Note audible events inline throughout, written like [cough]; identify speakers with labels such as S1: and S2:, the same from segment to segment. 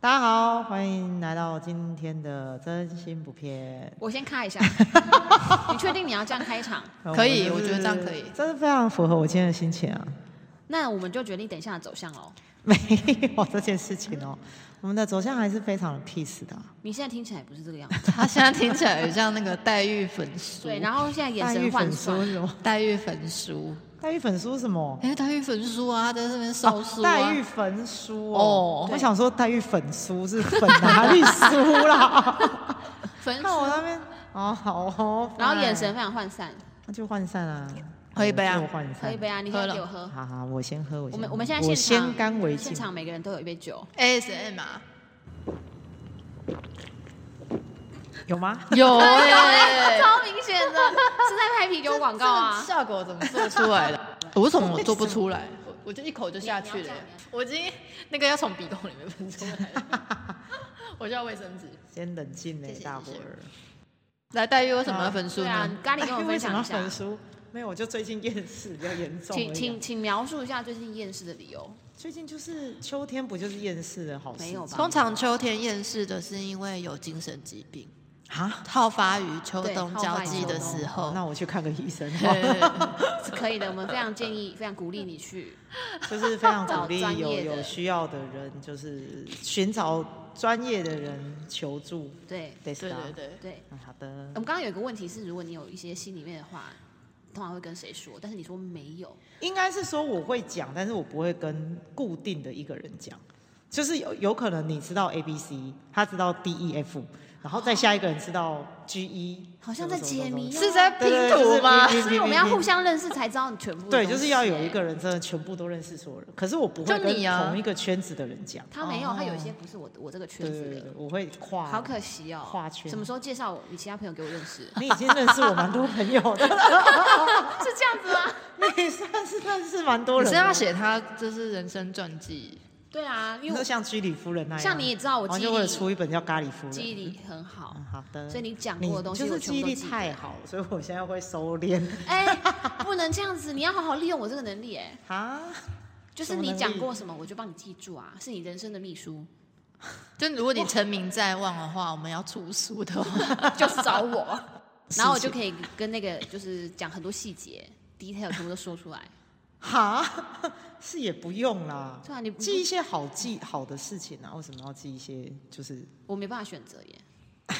S1: 大家好，欢迎来到今天的真心不骗。
S2: 我先咔一下，你确定你要这样开场？
S1: 呃
S3: 可以
S1: 们
S3: 我觉得
S1: 是
S3: 这样可以
S1: 真的非常符合我今天的心情啊。 [laughs]
S2: 那我们就决定等一下的走向喽。
S1: 没有这件事情哦，我们的走向还是非常的 peace 的啊、
S2: 你现在听起来不是这个样
S3: [laughs]
S2: 子，
S3: 他现在听起来很像那个黛玉粉书，
S2: 对，然后现在眼
S1: 黛玉
S2: 神涣
S1: 粉书
S2: 散，
S1: 是什么？
S3: 黛玉粉书，
S1: 黛玉粉书是什么？
S3: 哎、黛玉粉书啊，他在这边烧书、啊
S1: 黛玉焚书哦
S3: 哦，
S1: 我
S2: 对
S1: 想说黛玉粉书是粉哪里书啦？
S3: 粉
S1: 看我那边哦，好哦，
S2: 然后眼
S1: fine
S2: 神非常涣散。
S1: 那就涣散啊，
S3: 喝一杯啊
S1: 我就涣散
S2: 喝一杯啊，你
S3: 喝
S2: 先
S3: 了
S2: 给我喝。
S1: 好好，我先喝，我先喝
S2: 我们我们现在
S1: 我
S2: 现场
S1: 先干为敬
S2: 现。场每个人都有一杯酒，
S3: ASM 啊，
S1: 有吗？
S3: [laughs]
S2: [laughs]
S3: 有哎、
S2: 超明显的是在拍啤酒广告
S3: [laughs]
S2: 啊。
S3: 效果怎么做出来的？ [laughs] 我为什么我做不出来？ [laughs] 我我就一口就下去
S2: 你要
S3: 了
S2: 这样，
S3: 我已经那个要从鼻孔里面喷出来 [laughs] 了，我需要卫生纸。
S1: 先冷静呢
S3: 谢，谢
S1: 大伙
S3: 谢谢
S1: 儿。哎
S3: 来，黛玉为什么要粉书
S2: 对
S3: 呢？
S2: 啊，你咖喱跟我
S1: 为
S2: 分
S1: 什么
S2: 享
S1: 要焚，
S2: 一下
S1: 书？没有，我就最近厌世比较严重而已啊。
S2: 请请请描述一下最近厌世的理由。
S1: 最近就是秋天，不就是厌世的好时
S2: 没有吧
S3: 通常秋天厌世的是因为有精神疾病。
S1: 啊？
S3: 好发于秋
S2: 对
S3: 冬
S2: 好
S3: 交
S2: 发于
S3: 际
S2: 秋
S3: 的
S2: 冬
S3: 时候， [laughs]
S1: 那我去看个医生，
S3: 对
S2: 是可以的，我们非常建议，非常鼓励你去。
S1: 就是非常鼓励
S2: 找专
S1: 有
S2: 业的
S1: 有需要的人，就是寻找专业的人求助。
S2: 对
S1: 对是
S3: [laughs] 对
S1: 啊
S3: 对对，
S2: 对，
S1: 嗯好的
S2: 我，们刚刚有一个问题是，如果你有一些心里面的话，通常会跟谁说？但是你说没有，
S1: 应该是说我会讲，但是我不会跟固定的一个人讲，就是有有可能你知道 A B C，他知道 D E F，然后再下一个人知道 G E，
S2: 好像在解谜哦。
S3: 是在拼
S1: 对
S3: 图吗？
S2: 所以我们要互
S1: 相。
S2: 相认识才知道你全部的
S1: 对，
S2: 东
S1: 就是
S2: 西
S1: 要有
S2: 欸
S1: 一个人真的全部都认识所有人，可是我不会
S3: 就
S1: 跟
S3: 你啊
S1: 同一个圈子的人讲。
S2: 他没有，
S3: 哦
S2: 他有一些不是我我这个圈
S1: 对
S2: 子
S1: 对
S2: 的
S1: 对，，我会跨。
S2: 啊好可惜哦。
S1: 画圈
S2: 什么时候介绍我你其他朋友给我认
S1: [laughs]
S2: 识？
S1: 你已经认识我蛮多朋友的，
S2: [laughs] 是这样子吗？
S1: 你也算是认识蛮多
S3: 你
S1: 人
S3: 是
S1: 的。
S3: 要写他就是人生传记，
S2: 对啊，
S1: 你
S2: 因为
S1: 说
S2: 我
S1: 像居里夫人那样，
S2: 像你也知道我
S1: 然后
S2: 记
S1: 就会
S2: 忆
S1: 出一本叫《咖喱夫人》。
S2: 记忆力很好
S1: 嗯，，好的。
S2: 所以你讲过的东西
S1: 你就
S2: 我
S1: 是
S2: 全
S1: 记
S2: 部
S1: 忆力
S2: 都记得
S1: 太好，所以我现在会收敛 [laughs]
S2: 哎，不能这样子，你要好好利用我这个能力哎。
S1: 啊。
S2: 就是你讲过什么，我就帮你记住啊，是你人生的秘书，
S3: 就如果你成名在望的话，我们要出书的话，
S2: 就是找我，然后我就
S1: 以
S2: 可以跟那个就是讲很多细节，detail 全部都说出来。
S1: 哈， [laughs] 是也不用啦。
S2: 对啊，你不
S1: 记一些好记好的事情啊，为什么要记一些就是
S2: 我没办法选择耶，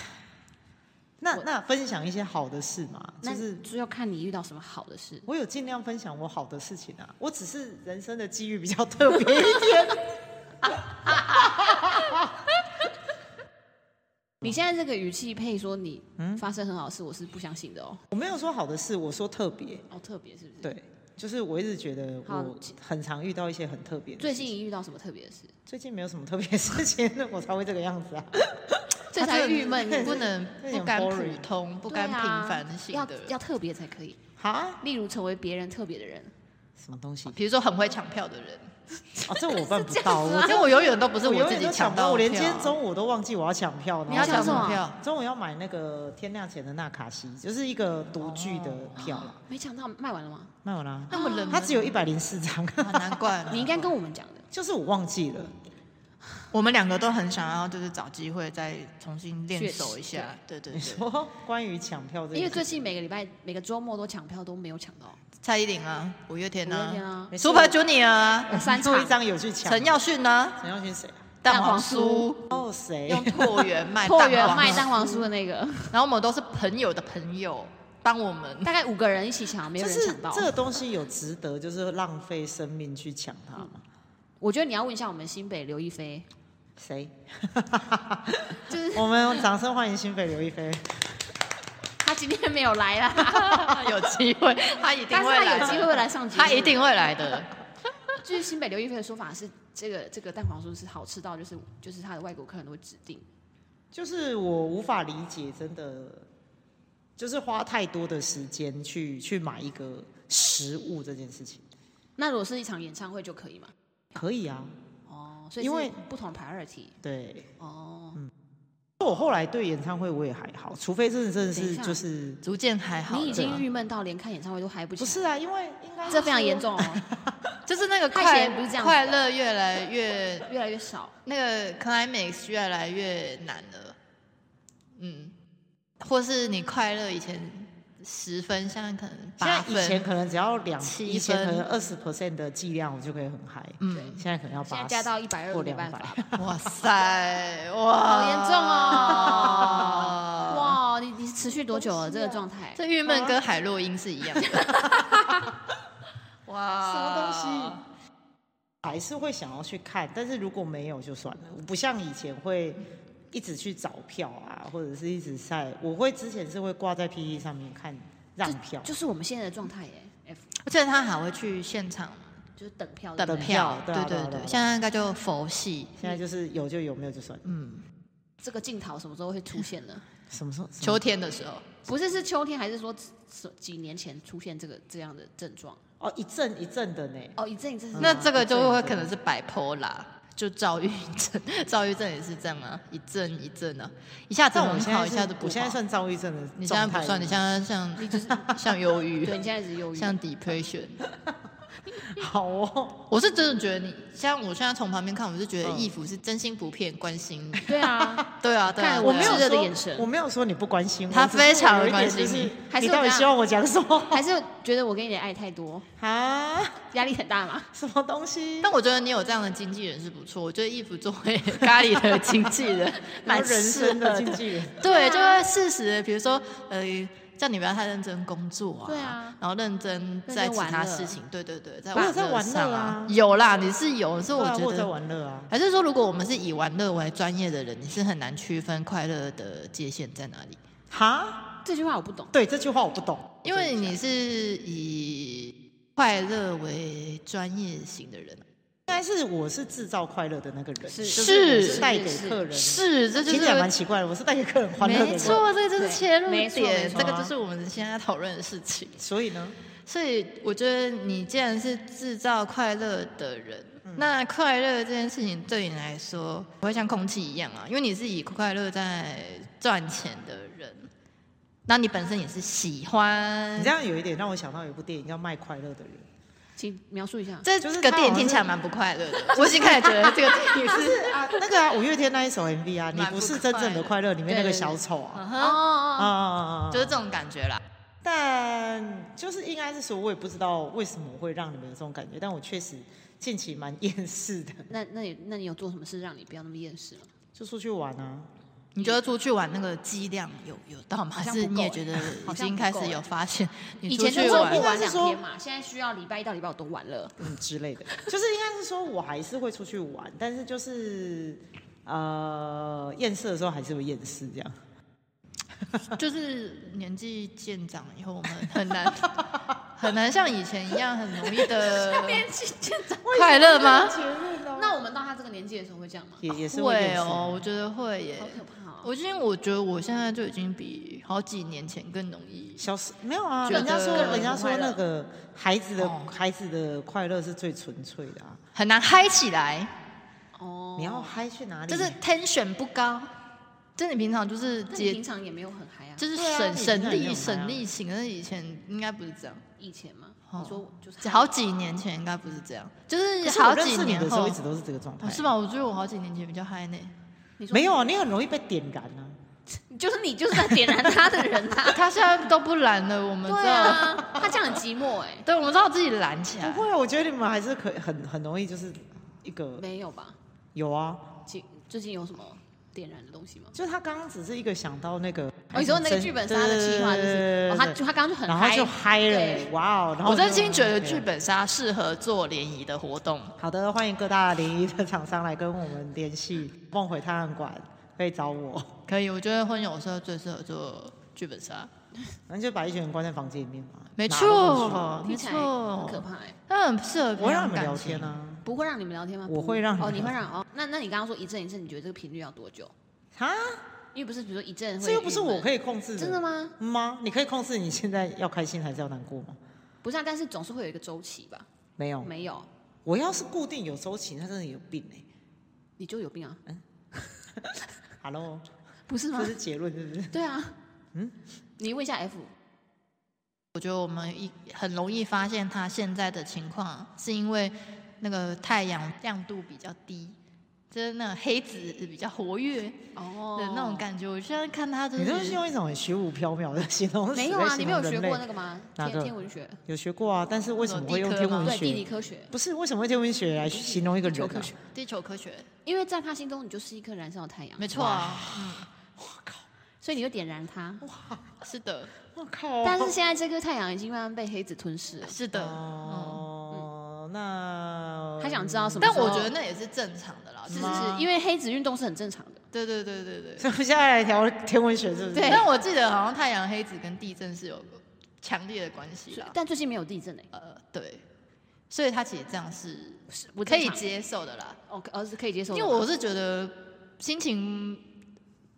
S1: 那
S2: 我
S1: 那分享一些好的事嘛，就
S2: 那
S1: 是
S2: 就要看你遇到什么好的事。
S1: 我有尽量分享我好的事情啊，我只是人生的机遇比较特别
S2: [laughs]
S1: 一点。
S2: 你现在这个语气配说你
S3: 嗯
S2: 发生很好的事，我是不相信的哦，
S1: 我没有说好的事，我说特别，
S2: 好特别是不是？，
S1: 对，就是我一直觉得
S2: 好
S1: 我很常遇到一些很特别的
S2: 最
S1: 事情。
S2: 近一遇到什么特别的事，
S1: 最近没有什么特别的事情， [laughs] 我才会这个样子啊。
S2: 这才郁闷，
S3: 不能
S1: 这有点
S3: 不甘
S1: boring
S3: 普通，不
S2: 不
S3: 甘平凡型
S2: 啊要
S3: 的人，
S2: 要特别才可以。
S1: 哈，
S2: 例如成为别人特别的人，
S1: 什么东西？
S3: 比如说很会抢票的人，
S1: 啊，这
S2: [laughs]
S1: 我办不到，我
S3: 因为我永远都不是
S1: 啊我永
S3: 自
S1: 远都
S3: 己
S1: 抢不到，
S3: 到
S1: 我连今
S3: 票啊
S1: 天中午都忘记我要抢票。
S3: 你
S1: 然
S3: 要
S1: 后
S2: 抢
S3: 抢
S2: 什
S3: 什
S2: 么
S3: 么票？
S1: 中午要买那个天亮前的纳卡西，就是一个独具的
S2: 哦
S1: 票啦，
S2: 没想到卖完了吗？
S1: 卖完啦。
S3: 那么冷门，
S1: 它只有一百零四张， [laughs]
S3: 啊，难怪
S2: 你应该跟我们讲的，
S1: 就是我忘记了。
S3: 我们两个都很想要，就是找机会再重新
S2: 确
S3: 练
S2: 实
S3: 手一下，对对
S1: 你
S3: 对，
S2: [laughs]
S1: 说关于抢票这个，
S2: 因为最近每个礼拜每个周末都抢票都没有抢
S3: [laughs]
S2: 到，
S3: 蔡依林啊，五月天
S2: 五月天
S3: 啊
S2: 啊
S3: ，Super Junior 啊，
S2: 三
S1: 最后
S2: 场
S1: 一张有去抢，
S3: 陈耀迅啊，
S1: 陈耀勋谁啊？
S3: 蛋
S2: 黄
S3: 黄
S2: 酥
S3: 酥，
S1: [laughs] 哦谁？
S3: 用拓元卖
S2: 拓元卖
S3: 蛋
S2: 蛋黄酥的那个，
S3: 酥，然后我们都是朋友的朋友帮我们，
S2: 大概五个人一起抢，没有
S1: 就
S2: 人
S1: 是
S2: 抢到
S1: 这。个东西有值得就是浪费生命去抢它吗？
S2: 嗯我觉得你要问一下我们新北刘亦菲，
S1: 谁？ [laughs]
S2: 就是
S1: 我们掌声欢迎新北刘亦菲。
S2: 她今天没有来啦，
S3: 有机会，他一定
S2: 但是
S3: 会
S2: 她
S3: 来，
S2: 有机会，会来上节目，
S3: 他一。定会来的。
S2: 就是新北刘亦菲的说法是，这个这个蛋黄酥是好吃到就是就是她的外国客人都会指定，
S1: 就是我无法理解，真的就是花太多的时间去去买一个食物这件事情，
S2: 那如果是一场演唱会就可以嘛？
S1: 可以啊，
S2: 哦，所以
S1: 因为
S2: 是不同 priority
S1: 对。
S2: 哦，
S1: 我后来对演唱会我也还好，除非真的真的
S2: 等
S1: 是
S2: 一下
S1: 就是
S3: 逐渐还好了，
S2: 你已经郁闷到连看演唱会都嗨不起
S1: 不
S2: 来，
S1: 是啊，因为应该
S2: 这非常严
S1: 重。
S2: 重哦。
S3: 就是那个
S2: 他以
S3: 快
S2: 前不是这样子的
S3: 快乐越来越
S2: 越来越少。
S3: 那个 climax 越来越难了，嗯，或是你快乐以前十分，现在可能
S1: 现
S3: 八
S1: 在以前
S3: 分，
S1: 可能只要两，
S3: 七
S1: 以前可
S3: 分
S1: 能二十 percent 的剂量我就可以很嗨，
S3: 嗯，
S1: 现在可能要
S2: 现
S1: 八十，
S2: 在加到一百二
S1: 过
S2: 没
S1: 200
S2: 办法，
S3: 哇塞，哇，
S2: 好严重哦！
S3: [laughs]
S2: 哇，你你是持续多久了？这个状态？
S3: 这郁闷
S1: 啊
S3: 跟海洛因是一样
S1: [laughs]
S3: 的，哇，
S1: 什么东还是会想要去看，但是如果没有就算了，我不像以前会一直去找票啊，或者是一直晒，我会之前是会挂在 PE 上面看让票，
S2: 就是我们现在的状态耶，F
S3: 而且他还会去现场
S2: 就是等票的
S3: 等
S1: 等
S3: 票
S1: 票，
S3: 对
S1: 对啊对
S3: 对
S1: 啊
S3: 对
S1: 对，啊嗯
S3: 现在应该就佛系，
S1: 现在就是有就有，没有就算了。
S3: 嗯，
S2: 这个镜头什么时候会出现呢？ [laughs]
S1: 什么时候？什么
S3: 秋天的时候，
S2: 不是是秋天，还是说是几年前出现这个这样的症状？
S1: 哦，一阵一阵的呢。
S2: 哦，一阵一阵
S1: 嗯
S3: 那这个就会
S1: 对对
S3: 可能是摆坡啦，就躁郁 [laughs] 症，躁郁症也是这样啊，一阵一阵啊，一下子
S1: 但我
S3: 很
S1: 现
S3: 好，
S1: 在
S3: 一
S1: 是
S3: 下子不好。
S1: 我现在算躁郁症的
S3: 你现在
S1: 状态
S3: 不算，你
S1: 了
S3: 现在像
S1: [laughs]
S2: 你就是
S3: 像忧
S2: 对
S3: 郁，
S2: 你现在是忧郁，
S3: 像 depression。
S1: 好
S3: [laughs]
S1: 哦，
S3: 我是真的觉得你，像我现在从旁边看，我是觉得
S1: 嗯
S3: 义父是真心不骗关心你。
S2: 对啊， [laughs]
S3: 对啊，对啊，
S2: 看
S3: 对
S1: 我
S3: 啊
S1: 没有
S2: 炙热的
S1: 说
S2: 眼神
S1: 我没有说你不关心我，
S3: 他
S1: 只是我
S3: 非常
S1: 有一点
S3: 关
S1: 就
S3: 心
S1: 是
S3: 你
S2: 还是
S1: 你
S2: 我
S1: 到底
S2: 这样
S1: 希望我讲什么
S3: [laughs]
S2: 还是觉得我给你的爱太多，
S1: 啊？
S2: 压力很大嘛？
S1: 什么东西？
S3: 但我觉得你有这样的经纪人是不错。我觉得义父作为 [laughs] 咖喱的经纪人，
S2: [laughs]
S3: 蛮
S1: 人
S3: 适
S1: 生
S3: 合
S1: 的经纪人，
S3: [laughs] 对，就会适时的，比如说，呃，叫你不要太认真工作啊，
S2: 对啊
S3: 然后认真
S2: 真
S3: 在其
S2: 玩
S3: 他
S2: 乐
S3: 事情，对对对，在
S1: 我有
S3: 玩
S1: 在
S3: 乐
S1: 玩乐
S3: 上
S1: 啊
S3: 有啦，你是有，所以
S1: 对啊
S3: 觉
S1: 我在
S3: 得，
S1: 玩乐啊。
S3: 还是说，如果我们是以玩乐为专业的人，你是很难区分快乐的界限在哪里，
S1: 哈，
S2: 这句话我不懂，
S1: 对这句话我不懂，
S3: 因为你是以快乐为专业型的人，
S1: 应该是我是制造快乐的那个人，
S2: 是
S1: 就是我
S3: 是
S1: 带给客人，
S3: 是，这就
S1: 听
S3: 是
S1: 起来蛮奇怪的，我是带给客人欢乐的
S3: 没
S1: 人，
S3: 错，这个就是
S2: 对
S3: 切入
S2: 没错
S3: 点，
S2: 没
S3: 这
S2: 错
S3: 个就是我们现在讨论的事情。
S1: 所以呢，
S3: 所以我觉得你既然是制造快乐的人，
S2: 嗯
S3: 那快乐这件事情对你来说不会像空气一样啊，因为你是以快乐在赚钱的人，那你本身也是喜欢
S1: 你这。样有一点让我想到有一部电影叫《卖快乐的人》， [laughs]
S2: 请描述一下。
S3: 这
S1: 就是
S3: 个
S1: 他
S3: 电影
S1: 好像
S3: 听起来蛮不快乐的，我已经开始觉得
S2: [laughs]
S3: 这个电影是
S1: 啊，那个啊，五月天那一首 MV 啊，你不是真正的快乐里面那个小丑啊，
S3: 嗯
S2: 哦
S3: 哼，
S1: 啊
S2: 哦哦，
S1: 啊啊啊
S3: 就是这种感觉
S2: 嗯
S3: 啦。
S1: 但就是应该是说，我也不知道为什么会让你们有这种感觉，但我确实近期蛮厌世的，
S2: 那那你那你有做什么事让你不要那么厌世吗？
S1: 就出去玩啊，
S3: 你觉得出去玩那个剂量有有到吗？还
S2: 好像
S3: 是
S2: 不够
S3: 你也
S2: 欸
S3: 觉得已
S2: 好像
S3: 经
S2: 不
S3: 开
S2: 够
S3: 始
S2: 欸
S3: 有发现？你
S2: 以
S3: 出
S2: 前
S3: 去
S2: 就周
S3: 玩
S2: 末玩
S1: 应该
S2: 两
S1: 是说
S2: 天嘛，现在需要礼拜一到礼拜五都玩
S3: [laughs]
S2: 了。
S1: 嗯之类的，就是应该是说我还是会出去玩，但是就是呃厌世的时候还是会厌世这样。
S3: 就是年纪渐长以后，我们很难 [laughs] 很难像以前一样很容易
S1: [laughs]
S3: 的
S2: 纪渐长，
S3: 快乐吗？
S2: 那我们到他这个年纪的时候会这样吗？
S1: 也也是会
S3: 会
S1: 厌世啊
S3: 哦，我觉得会耶
S2: 好。可怕哦！
S3: 我因为我觉得我现在就已经比好几年前更容易。
S1: 小时没有啊，
S3: 觉得
S1: 人家说
S3: 个人
S1: 人家
S3: 不
S1: 说
S3: 快乐
S1: 那个孩子的、
S3: 哦
S1: 孩子的快乐是最纯粹的啊，
S3: 很难嗨起来，
S2: 哦，
S1: 你要嗨去哪里？
S3: 就是 tension 不高，就你平常就是
S2: 那你
S3: 节
S2: 平，常也没有很嗨啊，
S3: 就是
S1: 对啊
S3: 省
S1: 你平
S3: 省
S1: 常也没
S3: 力
S1: 有嗨啊
S3: 省力型，但是以前应该不是这样，
S2: 以前吗？
S3: 哦
S2: 你说就是
S3: 好几年前应该不是这样，就是
S1: 可是我
S3: 好
S1: 认
S3: 几
S1: 识你
S3: 年
S1: 的时
S3: 后
S1: 候一直都是这个状态、
S3: 哦是？吧？我觉得我好几年前比较嗨呢。
S2: 你说
S1: 没有，啊，你很容易被点燃啊。
S2: 就是你就是在点燃他的人
S1: [laughs]
S2: 啊。
S3: 他现在都不懒了，我们知
S2: 对
S3: 道，
S2: 啊，他这样很寂寞哎，
S3: 对，我们知道自己懒起来
S1: 不。会啊，我觉得你们还是可很很容易就是一个
S2: 没有吧？
S1: 有啊，
S2: 近最近有什么点燃的东西吗？
S1: 就是他刚刚只是一个想到那个，
S2: 哦，你说那个剧本杀的计划就是，哦，他
S1: 对对对对对
S2: 就他刚刚就很
S1: 然后
S2: 嗨
S1: 就，嗨了
S2: 对，
S1: 哇哦！然后
S3: 我真
S1: 就
S3: 心觉得剧
S1: 对
S3: 本杀适合做联谊的活动，
S1: 好的，欢迎各大联谊的厂商来跟我们联系，梦回探案馆可以找我，
S3: 可以。我觉得婚友社最适合做剧本杀，
S1: 那就把一群人关在房间里面嘛，
S3: 没
S1: 哪都不能去
S3: 错，没
S2: 听起来很可
S3: 错，
S2: 怕哎。
S3: 那很适合
S1: 我
S3: 培
S1: 会让
S3: 养
S1: 你们聊
S3: 感
S1: 天
S3: 情。
S1: 啊，
S2: 不会让你们聊天吗？
S1: 我
S2: 不
S1: 会让你
S2: 哦，
S1: 们
S2: 你会让哦。那那你刚刚说一阵一阵，你觉得这个频率要多久？
S1: 啊，
S2: 因为不是比如说一阵会郁闷，
S1: 这又不是我可以控制
S2: 真的吗？
S1: 吗？你可以控制你现在要开心还是要难过吗？
S2: 不是啊，但是总是会有一个周期吧？
S1: 没有，
S2: 没有，
S1: 我要是固定有周期，那真的有病哎、
S2: 你就有病啊？
S1: 欸、！Hello，
S2: 不是吗
S1: 这？是结论是不是？
S2: 对啊，嗯，你问一下 F，
S3: 我我觉得我们一很容易发现他现在的情况，是因为那个太阳亮度比较低，就是那种黑子比较活跃的
S2: 哦
S3: 那种感觉。我现在看他就
S1: 你都是
S3: 是
S1: 用一种很虚无缥缈的形容词
S2: 没有啊，
S1: 在
S2: 你
S1: 形
S2: 没
S1: 容
S2: 有
S1: 人
S2: 学
S1: 类
S2: 过那个吗？
S1: 哪
S2: 天
S1: 个
S2: 天文学，
S1: 有学过啊，但是为什么会用
S3: 地科
S1: 天
S3: 吗
S1: 文
S2: 对地理
S1: 学？
S2: 科学，
S1: 不是为什么会用天文学来形容一个人、
S2: 地球科
S1: 啊？
S2: 学
S3: 地球科学，
S2: 因为在他心中你就是一颗燃烧的太阳，
S3: 没错啊，嗯，
S2: 所以你就点燃它。
S1: 哦
S3: 是的，
S1: 我哦靠！
S2: 但是现在这颗太阳已经慢慢被黑子吞噬了。
S3: 是的，嗯。
S1: 哦，那
S2: 他想知道什么
S3: 但
S1: 嗯
S2: 时候？
S3: 我觉得那也是嗯正常的啦，
S2: 是
S3: 就是
S2: 是是，因为黑子运动是很正常的。
S3: 对对对对对。
S1: 所以我们 [laughs] 现在来聊天文学，是不是？
S2: [laughs] 对
S3: 但我记得好像太阳黑子跟地震是有强烈的关系啦。
S2: 但最近没有地震哎、
S3: 呃，对，所以他其实这样是
S2: 是不
S3: 可以
S2: 正常
S3: 接受的啦。
S2: 哦，可哦是可以接受
S3: 因
S2: 的
S3: 为
S2: 吧。
S3: 我是觉得心情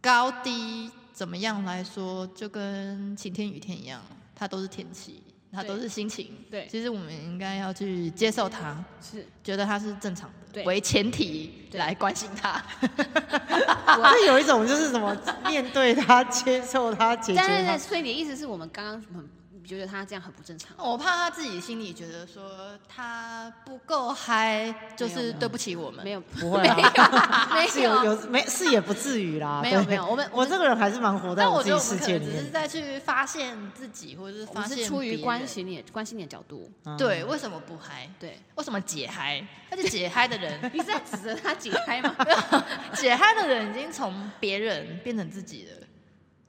S3: 高低怎么样来说，就跟晴天雨天一样，它都是天气，它都是心情。
S2: 对
S3: 其实我们应该要去接受它，
S2: 是，
S3: 觉得它是正常的
S2: 对
S3: 为前提
S2: 对
S3: 来关心它。
S1: [laughs] 这有一种就是什么面对它、接受它、解决
S2: 但是
S1: 它
S2: 在。所以你的意思是我们刚刚很你觉得他这样很不正常，
S3: 我怕他自己心里觉得说他不够嗨，就是对不起我们。
S2: 没有 [laughs]
S1: 不会啊，
S2: 没有
S1: 是有有没是也不至于啦。
S2: 没有
S1: 对
S2: 没有我们
S1: 我这个人还是蛮活在
S3: 但我
S1: 自
S3: 觉得
S1: 己
S3: 我
S1: 世
S3: 们可
S1: 界
S3: 能
S1: 里
S3: 只是
S1: 面。
S3: 在去发现自己，或者是
S2: 我们
S3: 发现
S2: 是出于
S3: 别
S2: 关
S3: 人
S2: 心你的关心你的角度，
S1: 嗯
S3: 对，为什么不嗨？
S2: 对，
S3: 为什么解嗨？而且解嗨的人，
S2: 你是在指着他解开
S3: [laughs]
S2: 吗？
S3: 解嗨的人已经从别人变成自己了。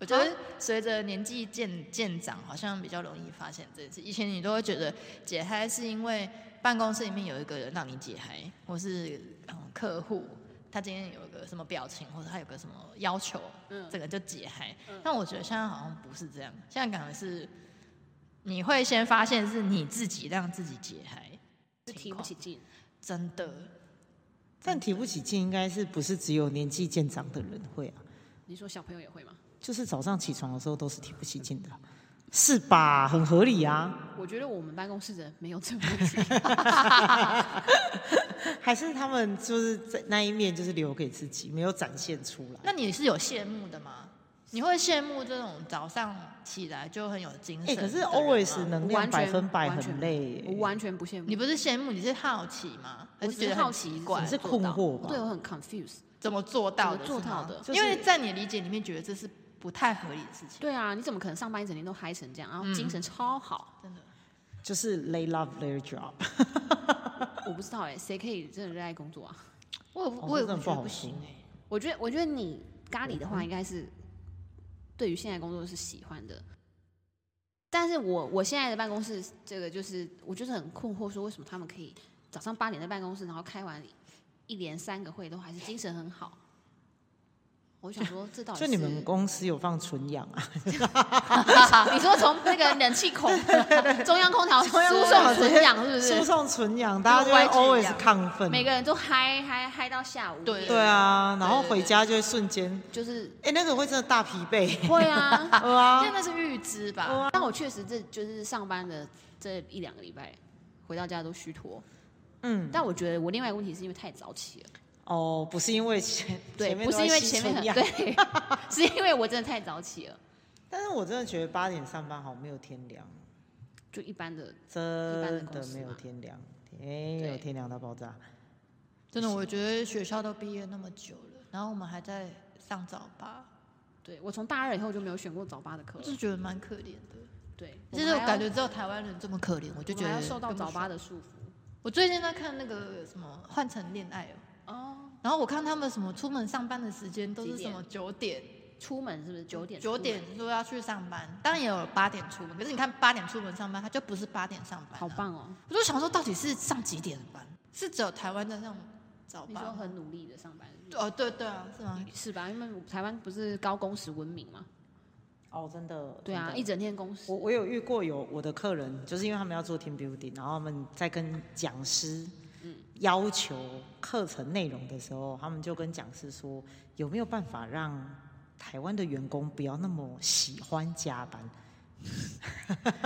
S3: 我觉得随着年纪渐渐长，好像比较容易发现这件事。以前你都会觉得解嗨是因为办公室里面有一个人让你解嗨，或是嗯客户他今天有一个什么表情，或者他有个什么要求，
S2: 嗯
S3: 这个就解嗨
S2: 嗯。
S3: 但我觉得现在好像不是这样，现在感觉是你会先发现是你自己让自己解嗨，
S2: 是提不起劲，
S3: 真的。
S1: 但提不起劲，应该是不是只有年纪渐长的人会啊？
S2: 你说小朋友也会吗？
S1: 就是早上起床的时候都是提不起劲的，是吧？很合理啊。
S2: 我觉得我们办公室的人没有这个问题，
S1: 还是他们就是在那一面就是留给自己，没有展现出来。
S3: 那你是有羡慕的吗？你会羡慕这种早上起来就很有精
S1: 哎、
S3: 神？
S1: 可
S2: 欸
S1: 是 always？能量
S2: 啊完
S1: 百
S2: 全
S1: 分百
S2: 完
S1: 很
S2: 全
S1: 累耶、
S2: 我完全不羡慕
S3: 你。不是羡慕，你是好奇吗？还
S2: 我
S3: 是
S2: 只
S3: 觉
S2: 是
S3: 得
S2: 好
S3: 很
S2: 奇
S3: 奇
S2: 是
S3: 怪
S1: 你是
S2: 怎么做到
S1: 困惑吧
S2: 对我很 confused。
S3: 怎么做到的？
S2: 怎么做到
S3: 是吗
S2: 的
S1: 就是
S3: 因为在你理解里面，觉得这是不太合理的事情。
S2: 对啊，你怎么可能上班一整天都嗨成这样，然后精
S3: 嗯
S2: 神超好？
S3: 真的，
S1: 就是 they love their job，
S2: 我不知道哎、谁可以真的热爱工作啊？
S3: 我也
S1: 哦
S3: 不我也
S1: 这真的不
S3: 觉得
S1: 好
S3: 不行
S1: 说
S3: 哎。
S2: 我觉得，我觉得你咖喱的
S1: 嗯
S2: 话，应该是对于现在工作是喜欢的。但是我我现在的办公室，这个就是我就是很困惑，说为什么他们可以早上八点在办公室，然后开完一连三个会都还是精神很好。我想说，这到底
S1: 就是你们
S2: [laughs]
S1: 公司有放纯氧啊，
S2: 你说从那个冷气孔、中央空调输
S1: 中央空
S2: 送
S1: 调直接
S2: 纯氧，是
S1: [laughs]
S2: 不
S1: 输
S2: 是？
S1: 送纯氧，大家就
S3: 跟 YG
S1: 会 always
S3: 一样
S1: 亢奋。
S2: 每个人都嗨嗨嗨到下午，
S3: 对
S1: 对，啊，然后回家就会瞬间，
S2: 就是
S1: 哎、那个会真的大疲
S2: [laughs]
S1: 惫。
S2: 会啊。
S1: 呃啊
S3: 现在那是预知吧？
S2: 但我确实这就是上班的这一两个礼拜，回到家都虚脱。
S1: [laughs] 嗯，
S2: 但我觉得我另外一个问题是因为太早起了，
S1: 哦，不是因为前
S2: 对，
S1: 前面
S2: 不
S1: 都
S2: 是因
S1: 在
S2: 为
S1: 吸
S2: 前面很
S1: 纯氧
S2: 对，
S1: [laughs]
S2: 是因为我真的太早起了，
S1: 但是我真的觉得八点上班好没有天良，
S2: 就一般的
S1: 真
S2: 般的公
S1: 的
S2: 司
S1: 没有
S2: 嘛
S1: 天良，没有天良到爆炸。
S3: 真的，我觉得学校都毕业那么久了，然后我们还在上早八，
S2: 对我从大二以后就没有选过早八的课
S3: 我
S2: 了，
S3: 就觉得蛮可怜的。
S2: 对，
S3: 就是
S2: 我
S3: 我
S2: 还要
S3: 感觉只有台湾人这么可怜，我就
S2: 我
S3: 觉
S2: 还要
S3: 得
S2: 受到
S3: 更不
S2: 早八
S3: 爽。
S2: 的束缚
S3: 我最近在看那个什么《换成恋爱》哦，
S2: 哦。
S3: 然后我看他们什么出门上班的时间都是
S2: 几
S3: 什
S2: 点
S3: 么九点，
S2: 出门是不是九点？
S3: 九点，说要去上班，当然也有八点出门，可是你看八点出门上班，他就不是八点上班、啊
S2: 好！棒哦！
S3: 我就想说，到底是上几点的班？是只有台湾的那种早
S2: 你说
S3: 班吗？
S2: 很努力的上班
S3: 哦，对对啊，是吗？
S2: 是吧？因为我们台湾不是高工时文明嘛？
S1: 哦，真的。
S2: 对啊，
S1: 真的
S2: 一整天工时
S1: 我。我有遇过有我的客人，就是因为他们要做 team building，然后他们在跟讲师
S2: 嗯
S1: 要求课程内容的时候，他们就跟讲师说，有没有办法让台湾的员工不要那么喜欢加班？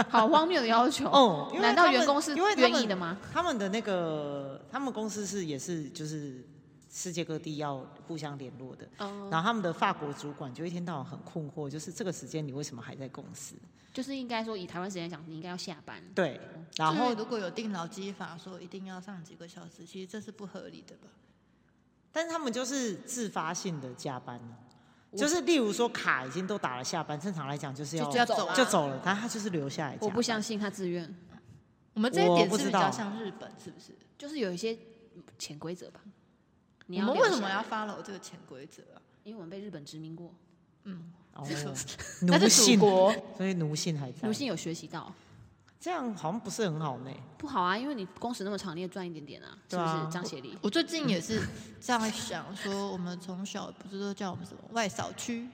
S2: 好荒谬的要求
S1: 哦因为
S2: 难道
S1: 他们
S2: 员工是
S1: 因为他
S2: 愿
S1: 们
S2: 意的吗？
S1: 他们的那个，他们公司是也是就是世界各地要互相联络的。
S2: 哦、
S1: 然后他们的法国主管就一天到晚很困惑，就是这个时间你为什么还在公司？
S2: 就是应该说以台湾时间讲，你应该要下班。
S1: 对，
S2: 嗯
S1: 然
S3: 就是
S1: 后
S3: 如果有定劳基法说一定要上几个小时，其实这是不合理的吧？
S1: 但是他们就是自发性的加班了
S2: 我
S1: 就是例如说卡已经都打了下班，正常来讲就是要
S3: 就要走
S2: 啊
S1: 就走了，但他就是留下来加班。
S2: 我不相信他自愿，
S3: 我们这一点
S1: 我不
S3: 是
S1: 知
S3: 比
S1: 道
S3: 较像日本，是不是？
S2: 就是有一些潜规则吧。你
S3: 我
S2: 要
S3: 们
S2: 留
S3: 为什么
S2: 下
S3: 要
S2: 来？
S3: follow 这个潜规则啊？
S2: 因为我们被日本殖民过，
S3: [laughs]
S1: 哦，
S3: 那
S1: 奴
S3: 是
S1: 性
S3: 蜀，国，
S1: 所以奴性还在。
S2: 奴性有学习到，
S1: 这样好像不是很好呢。
S2: 不好啊，因为你工时那么长，你也赚一点点啊，是
S1: 对
S2: 不
S1: 啊
S2: 是？张协力，
S3: 我最近也是这样想，说我们从小不是都叫我们什么外扫区，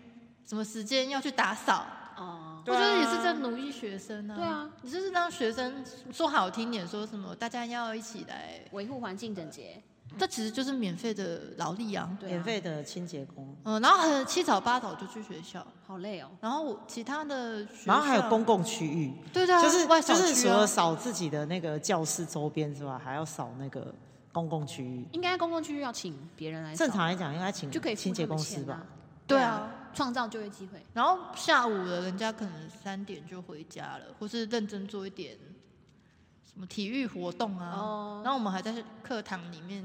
S3: 什么时间要去打扫，
S2: 哦，
S1: 对
S3: 我觉得也
S1: 啊
S3: 是在奴役学生啊。
S2: 对啊，
S3: 你就是让学生说好听点，说什么大家要一起来，
S2: 维护环境整洁，
S3: 这其实就是免费的劳力啊。
S2: 对
S1: 免
S2: 啊，
S1: 费的清洁工，
S3: 嗯，然后很七早八早就去学校，
S2: 好累哦，
S3: 然后我其他的学校，
S1: 然后还有公，共区域，
S3: 对对啊，
S1: 就是
S3: 外扫
S1: 就
S3: 区、啊、
S1: 是除了扫自己的那个教室周边之外，还要扫那个公共区域。
S2: 应该公共区域要请别人来扫，
S1: 正常来讲，应该请
S2: 就可以付
S1: 清洁
S2: 他们
S1: 公司
S2: 钱
S1: 吧
S2: 啊？，
S3: 对啊，
S2: 创造就业机会，
S3: 然后下午了，人家可能三点就回家了，或是认真做一点什么体育活动啊。
S2: 哦
S3: 然后我们还在课堂里面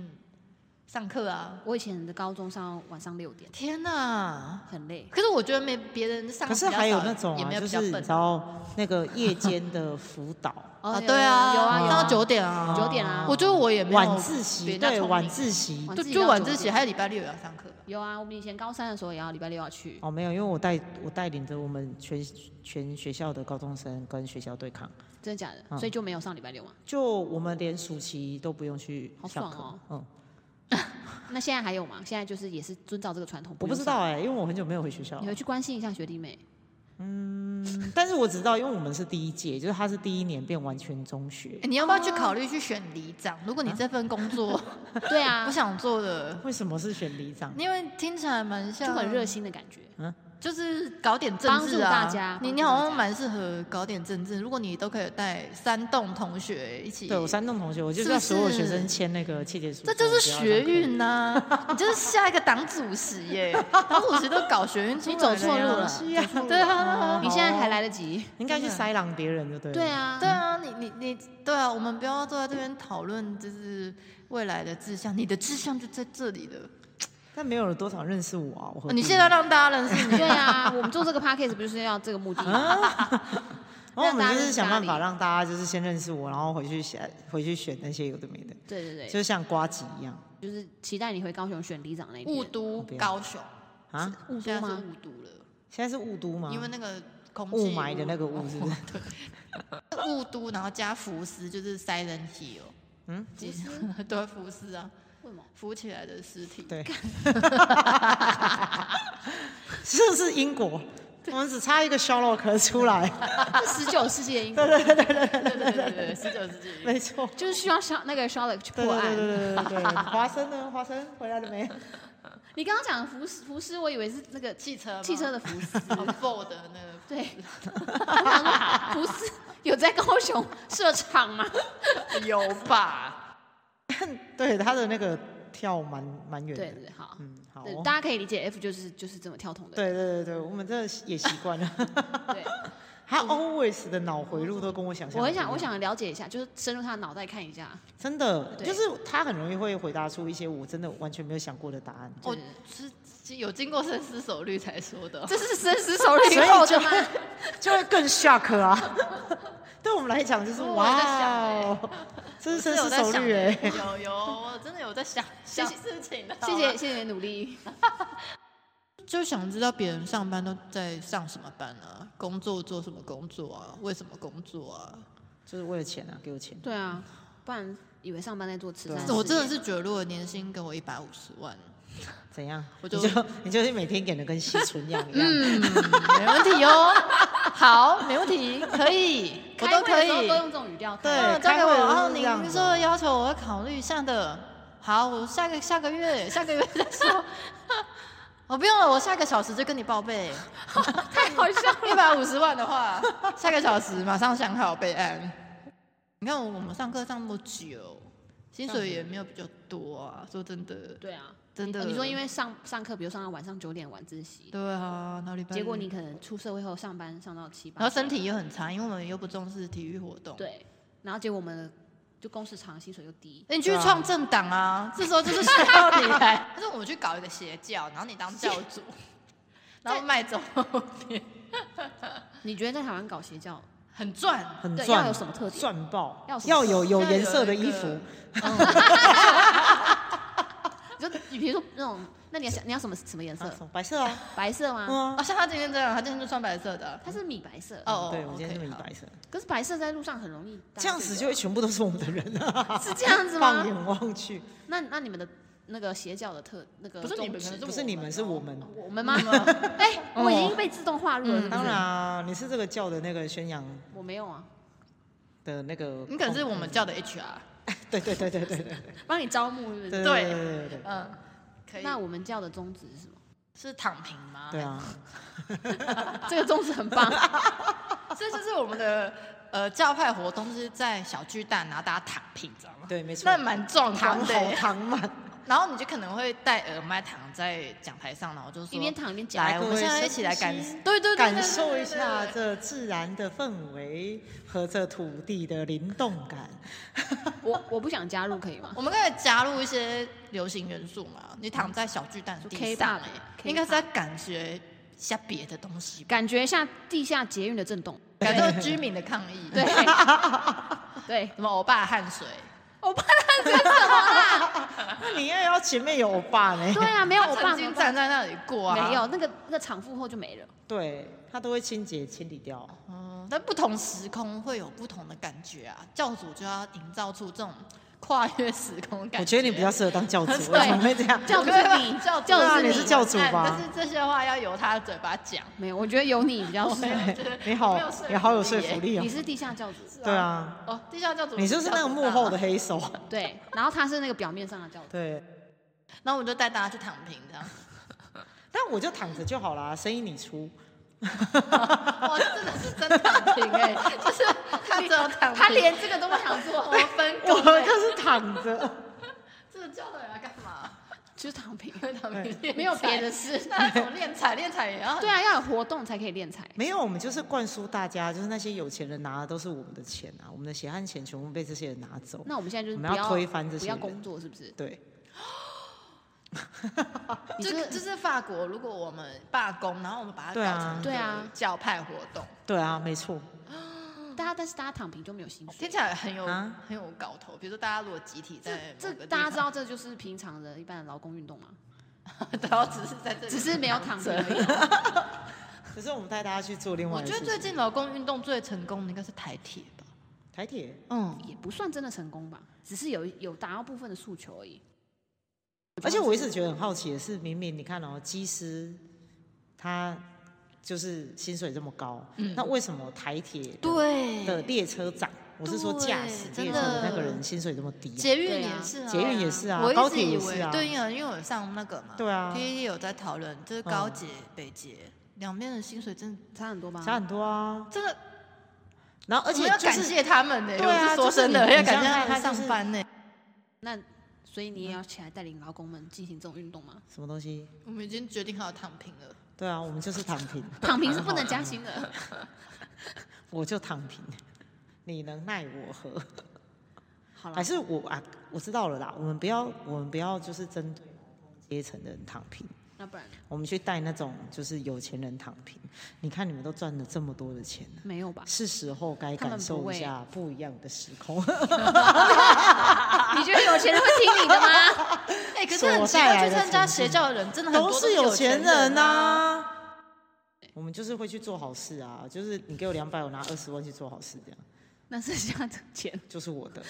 S3: 上课啊。
S2: 我以前的高中上到晚上六点，
S3: 天哪！
S2: 很累，
S3: 可是我觉得没别人上
S1: 可
S3: 比较
S1: 是
S3: 少，
S1: 还有那种
S3: 也
S1: 啊，
S3: 没有
S1: 就
S3: 比较
S1: 是你
S3: 笨
S1: 知道那个夜间的辅导，
S3: 啊，
S2: 有
S3: 对啊，
S2: 有啊，有
S3: 上
S2: 啊
S3: 到九点啊，
S1: 哦
S2: 九点啊
S3: 我觉得我也没有
S1: 晚自
S3: 比
S1: 习
S3: 人家
S1: 对
S3: 聪明
S1: 晚自习
S2: 晚
S3: 就
S2: 自习
S3: 就
S2: 到
S3: 晚
S2: 九
S3: 自习，
S2: 点
S3: 还有礼拜六也要上课吧。
S2: 有啊，我们以前高三的时候也要礼拜六要去，
S1: 哦没有，因为我带我带领着我们全全学校的高中生跟学校对抗，
S2: 真的假的？
S1: 嗯
S2: 所以就没有上礼拜六嘛。
S1: 就我们连暑期都不用去
S2: 好
S1: 上
S2: 爽
S1: 课，
S2: 哦
S1: 嗯。
S2: 那现在还有吗？现在就是也是遵照这个传统，
S1: 我不
S2: 用
S1: 知
S2: 上
S1: 道，哎、因为我很久没有回学校
S2: 你
S1: 了
S2: 回，去关心一下学弟
S1: [laughs]
S2: 妹。
S1: 但是我只知道，因为我们是第一届，就是他是第一年变完全中学
S3: 诶。你要不要去考虑去选里长？如果你这份工作
S2: 对啊
S3: 啊 [laughs] 不，想做的，
S1: 为什么是选里长？
S3: 因为听起来蛮
S2: 就
S1: 啊
S3: 像
S2: 很热心的感觉。
S1: 嗯
S3: 就是搞点政
S2: 帮
S3: 治
S2: 助
S3: 啊，
S2: 大家帮
S3: 你
S2: 助
S3: 你好
S2: 大
S3: 像
S2: 家
S3: 蛮适合搞点政治。如果你都可以带山洞同学一起，
S1: 对我山东同学，我就是
S3: 是不
S1: 要所有学
S3: 是
S1: 生签那个切结书，
S3: 这就是
S1: 说
S3: 学。运呐、
S1: [laughs]
S3: 你就是下一个党主席耶，党主席都搞
S1: [laughs]
S3: 学运出
S2: 你走
S3: 来
S2: 错
S3: 呀
S2: 路了
S1: 不要上课是啊，
S3: 对啊，
S2: 你现在还来得及。
S1: 你应该去
S3: 真的
S1: 塞狼别人就对了。
S2: 对，啊，
S3: 对啊，你你你，对啊，我们不要坐在这边讨论，就是未来的志向，你的志向就在这里了。哦
S1: 但没有多少认识我啊，我何必
S3: 你现在让大家认
S1: [laughs]
S3: 识你，
S2: 对啊，我们做这个 podcast 不就是要这个目的吗？
S1: 啊然后我
S2: 让
S1: 们
S2: 大家
S1: 就是
S2: 认识
S1: 想
S2: 咖
S1: 办法
S2: 喱
S1: 让大家就是先认识我，然后回去选回去选那些有的没的，
S2: 对对对，
S1: 就像瓜子一样
S2: 就是期待你回高雄选里长那一
S3: 雾
S2: 天。
S3: 都
S1: 不要
S3: 高雄，
S1: 啊。
S2: 雾
S3: 现
S2: 都
S3: 在是
S2: 吗？
S3: 雾都了，
S1: 现在是雾都吗？
S3: 因为那个空气
S1: 雾霾的那个雾是不是？
S3: 雾都，然后加福斯，就是 Silent Hill。 [laughs]
S1: 嗯，
S2: 其实
S3: 对，浮尸啊，
S2: 为什么？
S3: 浮起来的尸体。
S1: 对， [laughs] 是不是英国？我们只差一个肖洛克出来，
S2: 这十九世纪的英国，
S3: 对对对对，十九世纪。
S1: [laughs] 没错。
S2: 就是需要小那个 Charlotte 去
S1: 对
S2: 破
S1: 对对
S2: 案。
S1: 对对对
S2: [laughs]
S1: 对，华生呢？华生回来了没？
S2: 你刚刚讲浮浮尸，我以为是那
S1: [laughs]
S2: 个
S3: 汽车吗，哦
S2: 汽车的浮尸。
S3: Ford 的那个，
S2: 对，我想说不是有在高雄设厂吗？
S3: 有吧？
S1: 对，他的那个跳蛮蛮远
S2: 对
S1: 的。
S2: 对，好，
S1: 嗯，好
S2: 对
S1: 哦。
S2: 大家可以理解 F 就是就是这么跳桶的，
S1: 对对对对，我们真的也习惯
S2: [laughs]
S1: 了。
S2: 对。
S1: 他 always 的脑回路都跟我想象。
S2: 我很想我，想了解一下，就是深入他的脑袋看一下。
S1: 真的
S2: 对
S1: 就是他很容易会回答出一些我真的完全没有想过的答案。
S3: 我是是有经过深思熟虑才说的哦。
S2: 这是深思熟虑
S1: 所以
S2: 后
S1: 就
S2: 的吗？
S1: [laughs] 就会更 shock 啊。 [laughs] 对我们来讲就是
S3: 哦我在想
S1: 哇哦，这是深思熟虑哎、
S3: 欸有有，我真的有在想
S2: 谢
S3: 想
S2: 谢
S3: 事情的。
S2: 谢谢，谢谢你的努力。
S3: 就想知道别人上班都在上什么班啊，工作做什么工作啊，为什么工作啊？
S1: 就是为了钱啊，给我钱。
S2: 对啊，不然以为上班在做慈善
S1: 对
S2: 事
S1: 啊
S2: 业。
S3: 我真的是觉得，如果年薪给我一百五十万，
S1: 怎样？
S3: 我就
S1: 你就你就是每天演的跟吸纯一样一样。
S3: 没问题哦。 [laughs] 好，没问题，可以， [laughs] 我都
S2: 开
S3: 可
S2: 会的时候
S3: 以
S2: 都。用这种语调。
S1: 对
S3: 嗯，交
S1: 开
S3: 给我。
S1: 会的时候
S3: 然后
S1: 是这样
S3: 您
S1: 子
S3: 说的要求，我会考虑一下的。好，我下个下个月 [laughs] 下个月再说。哦我不用了，我下个小时就跟你报备。
S2: 太好笑了。
S3: 一百五十万的 [laughs] 话，下个小时马上想好备案。你看我们上课上那么久，薪水也没有比较多啊。说真的，
S2: 对啊，
S3: [laughs] 真的，
S2: 哦你说因为上上课，比如上到晚上九点晚自习，
S3: 对啊，那礼拜
S2: 结果
S3: 日
S2: 你可能出社会后上班上到七八，
S3: 然后身体又很差，因为我们又不重视体育活动。，
S2: 对，然后结果我们就公司长薪水又低，
S3: 欸你去
S1: 对啊
S3: 创政党啊，这时候就是需要你来。但是我们去搞一个邪教，然后你当教主，然后卖周边，
S2: 你觉得在台湾搞邪教，
S3: [laughs] 很赚。
S1: 很
S2: 对
S1: 赚，
S2: 要有什么特点
S1: 赚爆，
S2: 要有什么
S1: 要有有
S3: 要
S1: 颜
S3: 有
S1: 色
S3: 一
S1: 的衣
S3: 个
S1: 服，
S2: 你就你比如说那种，那你要想你要什么什么颜色
S1: 啊？什么白色啊，
S2: 白色
S1: 嗯
S2: 吗？
S1: 啊
S3: 哦，像他今天这样，他今天就穿白色的。啊
S2: 它是米白色，
S3: 哦，
S1: 对，我今天
S3: OK，
S1: 是米
S3: 好
S1: 白色，
S2: 可是白色在路上很容易搭
S1: 这样子就
S2: 这
S1: 会全部都是我们的人啊
S2: 个，是这样
S1: [laughs]
S2: 子
S1: 放
S2: 吗？
S1: 眼望去，
S2: 那那你们的那个邪教的特那个
S3: 不是你们
S2: 宗旨
S3: 可
S1: 不
S3: 能
S1: 是你们，是我们。
S2: 我们吗？哎，我已经被自动划入了，是不是
S1: 哦当然啊，你是这个教的那个宣扬
S2: 我没有啊，
S1: 的那个，
S3: 你可能是我们，教的 HR。
S1: 对对对对对对
S2: 帮你招募是不是
S1: 对对对对
S3: 嗯，可以。
S2: 那我们教的宗旨是什么？
S3: 是躺平吗？
S1: 对，啊，
S2: 这个宗旨很
S1: [laughs]
S2: 棒，
S3: 哦这就是我们的呃教派活动，就是在小巨蛋，然后大家躺平，知道吗？
S1: 对，没错
S3: 那，蛮壮
S1: 糖
S3: 观的
S1: 好
S3: 耶。
S1: 糖满，
S3: 然后你就可能会戴耳麦躺在讲台上，然后就说
S2: 一边躺一边
S3: 来，
S2: 讲。
S1: 各
S3: 我
S1: 位
S3: 们现在一起来感
S1: 深呼吸
S3: 对对对对对
S1: 感受一下
S3: 对对对
S1: 这自然的氛围和这土地的灵动感。
S2: [laughs] 我我不想加入，可以吗？
S3: [laughs] 我们可以加入一些流行元素嘛？你躺在小巨蛋
S2: 嗯就
S3: 地
S2: K-pop
S3: 上，欸
S2: K-pop
S3: 应该是在感觉一下别的东
S2: [laughs]
S3: 西吧，
S2: 感觉一下地下捷运的震动，
S3: 感受居民的抗议，
S2: 对
S3: 啊
S2: 对，
S3: 什么欧巴的
S2: [laughs]
S3: 汗水，
S2: 欧巴
S3: 啊
S1: 那你要要前面有欧巴呢？
S2: 对啊，没有
S3: 他
S2: 欧巴，
S3: 曾经
S2: 欧巴
S3: 站在那里过啊，
S2: 没有，那个那个产妇后就没了。
S1: 对，他都会清洁清理掉。
S3: 嗯，但不同时空会有不同的感觉啊。教主就要营造出这种跨越时空的感
S1: 我觉得你比较适合当教主，为什么会这样？
S2: 教主
S3: [laughs] 对
S2: 是
S3: 吧
S2: 你，
S3: 教主
S2: 教
S1: 啊
S2: 主
S1: 你
S2: 你
S1: 是教主
S3: 哎
S1: 吧
S3: 但是这些话要由他的嘴巴讲。
S2: 没有，我觉得有你比较帅。
S1: [laughs] 对啊你好
S3: 没有说，服
S1: 你好有说
S3: 力耶
S1: 服力哦
S2: 你。是地下教主，
S1: 对啊，
S3: 哦，地下教主，啊
S1: 你就是那个幕后的
S3: 教主大。
S1: 黑手。
S2: 对，然后他是那个表面上的教主，
S1: 对，
S3: 然后我就带大家去躺平，这样。
S1: 但我就躺着就好啦，生意你出。
S3: 哇，哦真的是真躺平哎、就是他只有躺平，
S2: 他连这个都不想
S3: 我 [laughs]
S2: 做，
S3: 们分
S1: 我
S3: 工、欸。
S1: 就是躺着， [laughs]
S3: 这个教导要干 [laughs] 嘛？
S2: 就是躺平，
S3: 躺平练
S2: 没有
S3: 财
S2: 别
S3: [laughs]
S2: 的。事。
S3: 那怎么练财？练财也要
S2: 对啊，要有活动才可以练财。
S1: 没有，我们就是灌输大家，就是那些有钱人拿的都是我们的钱啊，我们的血汗钱全部被这些人拿走。
S2: 那我们现在就是
S1: 我
S2: 不
S1: 们要推翻这
S2: 不
S1: 些
S2: 要
S1: 人
S2: 工作，是不是？
S1: 对，
S2: 你这
S3: 就
S2: 个
S3: 啊就是法国，如果我们罢工，然后我们把它
S1: 对
S3: 搞
S1: 啊
S3: 成
S2: 对啊
S3: 一个教派活动，
S1: 对啊，没错，
S2: 大家，但是大家躺平就没有薪
S3: 听
S2: 水。
S3: 起来很有、
S1: 啊
S3: 很有搞头。比如说，大家如果集体
S2: 这
S3: 在
S2: 这
S3: 某个地
S2: 大家
S3: 方
S2: 知道，这就是平常的一般的劳工运动吗？
S3: 然后只是在这里，
S2: 只是没有躺平
S3: 着
S2: 而已。
S1: 可是我们带大家去做另
S3: 我
S1: 外的
S3: 觉
S1: 事
S3: 得最
S1: 情。
S3: 近劳工运动最成功的应该是台铁吧。
S1: 台铁
S3: 嗯，
S2: [laughs] 也不算真的成功吧，只是有有达到部分的诉求而已。
S1: 而且我一直觉得很好奇的是，明明你看哦，机师他就是薪水这么高，
S3: 嗯
S1: 那为什么台铁的的
S3: 对，
S1: 列车长，我是说
S3: 对
S1: 驾驶
S3: 真
S1: 列车的那
S3: 的
S1: 个人薪水这么低、啊？
S3: 捷运也是啊，
S1: 捷运也是啊
S3: 我一
S1: 高
S3: 直
S1: 铁
S3: 以
S1: 也是
S3: 为
S1: 啊
S3: 对啊，因为我有上那个嘛，
S1: 对啊嗯
S3: p t 有在讨论，就是高捷、北捷两边的薪水真的
S2: 差很多吧？
S1: 差很多啊！
S3: 真的，
S1: 然后而
S3: 我
S1: 且
S3: 们要
S1: 就
S3: 感
S1: 是
S3: 谢他们呢、
S1: 对啊
S3: 我是说
S1: 就是
S3: 真的，
S1: 你
S3: 要
S1: 你
S3: 感谢
S1: 想想
S3: 他
S1: 看
S3: 们
S1: 就是
S3: 上班呢、
S2: 那所以你也要起来带领劳工们进行这种运动
S1: [laughs]
S2: 吗？
S1: 什么东西？
S3: 我们已经决定好躺平了，
S1: 对啊，我们就是躺平，
S2: 躺平是不能
S1: 讲，
S2: 加薪的，
S1: 我就躺平，你能奈我何？
S2: [laughs] 好
S1: 还
S2: 了，
S1: 是我啊？我知道了啦，我们不要，我们不要就是针对劳工阶层的人躺平，
S2: 那不然
S1: 我们去带那种就是有钱人躺平。你看你们都赚了这么多的钱了。？
S2: 没有吧
S1: 是时候该
S2: 他们
S1: 感
S2: 不
S1: 受
S2: 会
S1: 一下不一样的时空。
S2: [laughs] 你觉得有钱人会听你的吗？
S3: 哎、可是很奇
S1: 所带
S3: 怪，
S1: 来的
S3: 去参加
S1: 成绩
S3: 邪教的人真的很多
S1: 都是有钱
S3: 钱
S1: 人
S3: 啊。
S1: 呐、我们就是会去做好事啊，就是你给我两百，我拿二十万去做好事，这样
S2: [laughs] 那剩下的钱，
S1: 就是我的。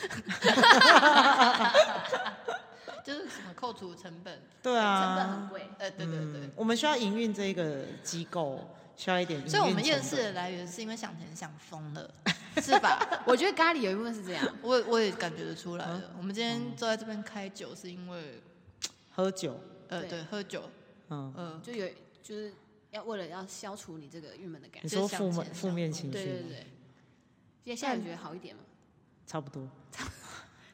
S3: 就是什么扣除成本，
S1: 对
S2: 成本很
S1: 啊， [laughs]
S2: 贵。
S3: 呃，对对对。
S1: 我们需要营运这个机构，需要一点营运
S3: 所以我们
S1: 成本
S3: 厌世的来源是因为想钱想疯了，是吧？ [laughs]
S2: 我觉得咖喱有一部分是这样，
S3: 我我也感觉得出来了。
S1: 嗯
S3: 我们今天坐在这边开酒，是因为
S1: 喝酒，
S3: 呃，
S2: 对
S3: 对，喝酒，
S1: 嗯，
S3: 呃，
S2: 就有就是要为了要消除你这个郁闷的感
S1: 你
S2: 觉。
S1: 说
S3: 就
S1: 负
S3: 是想钱
S1: 面
S3: 想
S1: 负面情
S2: 对
S1: 绪
S2: 对
S1: 吗，
S2: 对，现在现在有觉得好一点吗？
S1: 差不多。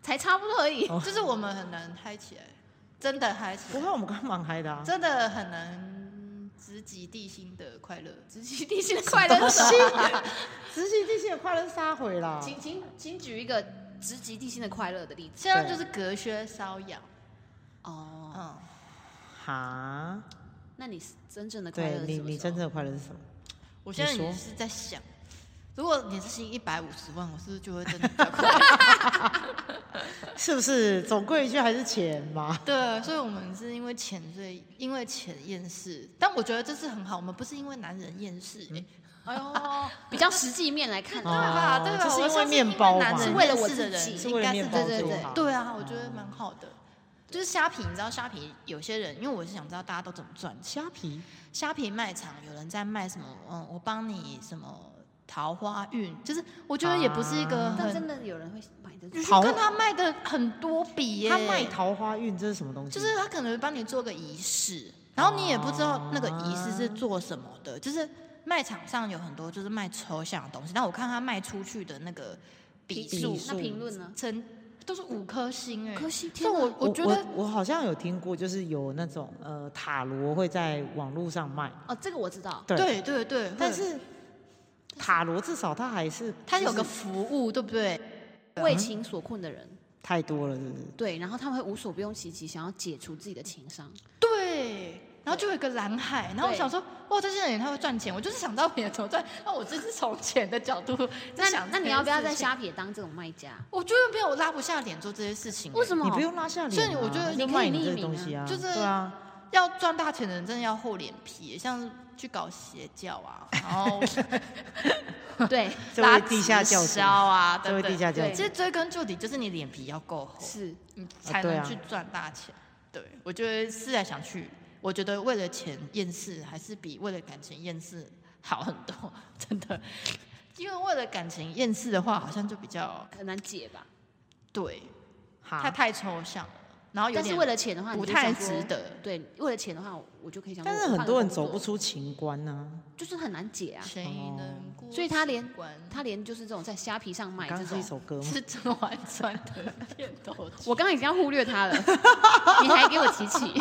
S2: 才差不多而已。
S3: 就是我们很难嗨起来，真的嗨起
S1: 不
S3: 来，
S1: 哦过我们刚刚蛮嗨的啊，
S3: 真的很难直击地心的快乐。
S2: 直击地心的快乐是什么？
S1: 直击地心的快乐杀回啦。
S2: [laughs] 请请请举一个直击地心的快乐的例子。
S3: 现在就是隔靴搔痒，
S2: 哦，
S1: 啊
S3: 嗯，
S1: 哈，
S2: 那你是真正的快
S1: 对
S2: 乐是
S1: 你
S2: 什么
S1: 你
S2: 时候
S1: 真正的快乐是什么？
S3: 我现在
S1: 你说
S3: 也是在想，如果年薪一百五十万，我是不是就会真的比较
S1: [laughs]
S3: 快乐？
S1: 是不是总归一句还是钱嘛？
S3: 对，啊所以我们是因为钱，所以因为钱厌世。但我觉得这是很好，我们不是因为男人厌世、
S1: 嗯
S3: 欸，哎呦，
S2: 比较实际面来看的
S3: 对
S2: 话，
S3: 吧？
S1: 哦
S3: 对吧？
S1: 这是
S3: 我
S1: 因为
S3: 相信
S1: 面包
S3: 男
S1: 嘛
S3: 人
S2: 是为了我
S3: 厌世的
S2: 自己
S3: 人
S1: 是为了
S3: 应该
S1: 面包
S3: 这
S2: 做
S3: 样
S2: 好
S3: 对啊，我觉
S1: 嗯
S3: 得蛮好的。就是虾皮，你知道虾皮有些人，因为我是想知道大家都怎么赚钱。
S1: 虾皮
S3: 虾皮卖场有人在卖什么？嗯，我帮你什么桃花运，就是我觉得也不是一个
S1: 啊
S2: 但
S3: 很，
S2: 真的有人会买的
S3: 你去
S1: 桃
S3: 看他卖的很多笔耶、
S1: 他卖桃花运这是什么东西？
S3: 就是他可能帮你做个仪式，然后你也不知道那个仪式
S1: 哦
S3: 是做什么的，就是卖场上有很多就是卖抽象的东西，但我看他卖出去的那个笔数
S1: 笔数
S2: 那评论呢？
S3: 成都是五颗星哎、
S2: 可惜，
S3: 但
S2: 天哪
S3: 我我觉得
S1: 我好像有听过，就是有那种呃塔罗会在网络上卖，
S2: 哦，这个我知道，
S1: 对，
S3: 对对对，会
S1: 但是塔罗至少它还是
S3: 它有个服务对不对？
S2: 为情所困的人，
S1: 太多了，是不是？
S2: 对，然后他们会无所不用其极，想要解除自己的情商。
S3: 对。然后就有一个蓝海，然后我
S2: 对
S3: 想说，哇，这些人也太会赚钱，我就是想知道别人怎么赚。 [laughs] 那我就是从钱的角度 [laughs]
S2: 那
S3: 在想
S2: 那
S3: 这
S2: 你
S3: 件
S2: 要不要
S3: 事
S2: 在
S3: 情？
S2: 虾皮也当这种卖家？
S3: 我觉得没有拉不下脸做这些事情、欸。
S2: 为什么？
S1: 你不用拉下脸、啊，
S3: 所以我觉得
S1: 就
S2: 你可以
S1: 卖你
S2: 匿
S1: 这
S2: 名
S1: 东西啊，
S3: 就是
S1: 对啊，
S3: 要赚大钱的人真的要厚脸皮，欸像是去搞邪教啊，然后
S2: 对，
S1: [laughs] 这
S3: 拉
S1: 位地下教
S3: 直
S1: 主
S3: 销，啊，
S1: 这
S3: 对
S1: 位
S3: 不对？
S1: 地下教
S2: 对
S1: 主
S3: 其，实追根究底就是你脸皮要够厚，
S2: 是
S3: 你嗯才
S1: 对
S3: 能
S1: 啊
S3: 去赚大钱。对，我觉得思来想去，我觉得为了钱厌世还是比为了感情厌世好很多， [laughs] 真的。因为为了感情厌世的话，好像就比较
S2: 很难解吧？
S3: 对，它
S1: 哈，
S3: 太抽象了，
S1: 哦
S3: 然后有
S2: 啊但
S3: 点
S2: 是为了钱的话，
S3: 不
S2: 你就
S3: 太
S2: 想说
S3: 值得
S2: 对，为了钱的话，我我就可以想说
S1: 但
S2: 我
S1: 是很
S2: 换个工作。
S1: 多人走不出情关啊呢、
S2: 就是很难解啊。
S3: 谁能过
S2: 所以他连
S3: 情关
S2: 他连就是这种在虾皮上卖
S1: 啊。刚
S2: 这
S1: 刚是一首
S2: 种，
S1: 歌吗？
S3: 是甄嬛传的片头
S2: [laughs]
S3: 曲。
S2: 我刚刚已经要忽略他了，你还给我提起，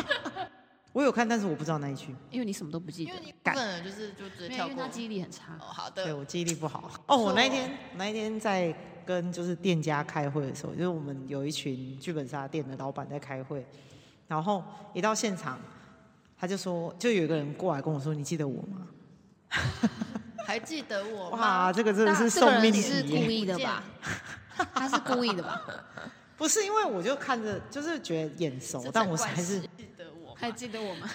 S2: [laughs]
S1: 我有看，但是我不知道那一句，
S2: 因为你什么都不记
S3: 因
S2: 得
S3: 为，你根本就是就直接
S2: 没有
S3: 跳
S2: 因为
S3: 过
S2: 他。记忆力很差
S3: 哦，。好
S1: 对
S3: 的，
S1: 我记忆力不好。哦，我那一
S3: 是哦
S1: 天那一天在跟就是店家开会的时候，就是我们有一群剧本杀店的老板在开会，然后一到现场，他就说，就有一个人过来跟我说：“你记得我吗
S3: 还记得？”我
S1: 哇，
S3: 吗？
S1: 这个真的是
S2: 那这个
S1: 送
S2: 人
S1: 命
S2: 是
S1: 题
S2: 故
S1: 耶！
S2: 意的
S1: [laughs]
S2: 吧？他是故意的吧？
S1: 不是因为我就看着就是觉得眼熟
S3: 这，
S1: 但
S3: 陈
S1: 我
S3: 冠
S1: 还是
S3: 希，记得我吗。
S2: 还记得我吗？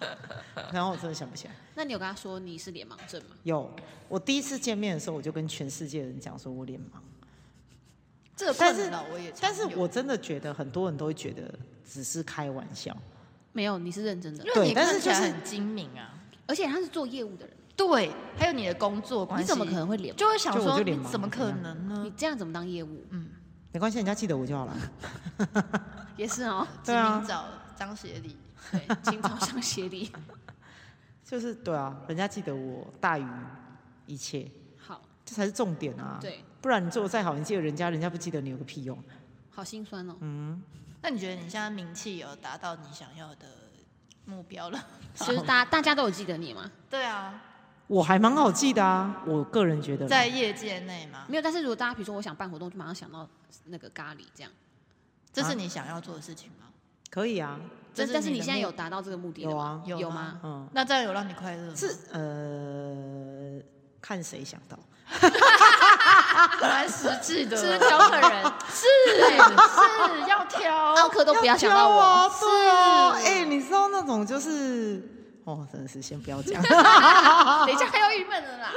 S2: [laughs]
S1: [laughs] 然后我真的想不起来。
S2: 那你有跟他说你是脸盲症吗？
S1: 有，我第一次见面的时候，我就跟全世界人讲说我脸盲，
S3: 这个
S1: 但是
S3: 困扰我也常
S1: 但
S3: 有，
S1: 是我真的觉得很多人都会觉得只是开玩笑。
S2: 没有，你是认真的
S3: 因，
S1: 对
S3: 为你
S1: 但
S3: 看
S1: 是
S3: 起
S1: 就
S3: 来
S1: 是
S3: 很精明啊。
S2: 而且他是做业务的人，
S3: 对，还有你的工作关系，
S2: 你怎么可能会脸盲？
S3: 就会想
S1: 就我
S3: 说
S1: 就脸
S3: 你
S1: 盲
S3: 怎么可
S2: 你
S3: 能呢？
S2: 这样怎么当业务？
S1: 没关系，人家记得我就好了。 [laughs]
S2: 也是哦，
S1: 对啊
S3: 指名找张学礼，
S2: 对，请朝向协 [laughs] 力。
S1: 就是对啊，人家记得我大于一切，
S2: 好，
S1: 这才是重点啊。，
S2: 对，
S1: 不然你做的再好，你记得人家，人家不记得你有个屁用。
S2: 好心酸哦。
S3: 那你觉得你现在名气有达到你想要的目标了？ [laughs]
S2: 就是大大家都有记得你吗？
S3: 对啊，
S1: 我还蛮好记的啊，我个人觉得啦。
S3: 在业界内嘛，
S2: 没有，但是如果大家比如说我想办活动，就马上想到那个咖喱这样。
S3: 这是你想要做的事情吗？
S1: 可以啊，
S3: 这
S2: 但
S3: 是
S2: 但是
S3: 你
S2: 你
S3: 的
S2: 现在
S3: 目
S2: 有达到这个目的了
S1: 有
S2: 吗？
S1: 啊，
S2: 有
S3: 有
S2: 吗？
S1: 嗯，
S3: 那这样有让你快乐吗？
S1: 是呃，看谁想到。
S3: 蛮实际的，
S2: 是挑个 [laughs] 人，
S3: 是是要挑
S2: 奥克都不要想到
S1: 挑
S2: 我。
S1: 啊，对啊，哎、你知道那种就是，哦，真的是先不要讲。 [laughs]
S2: 等一下还要郁闷了啦。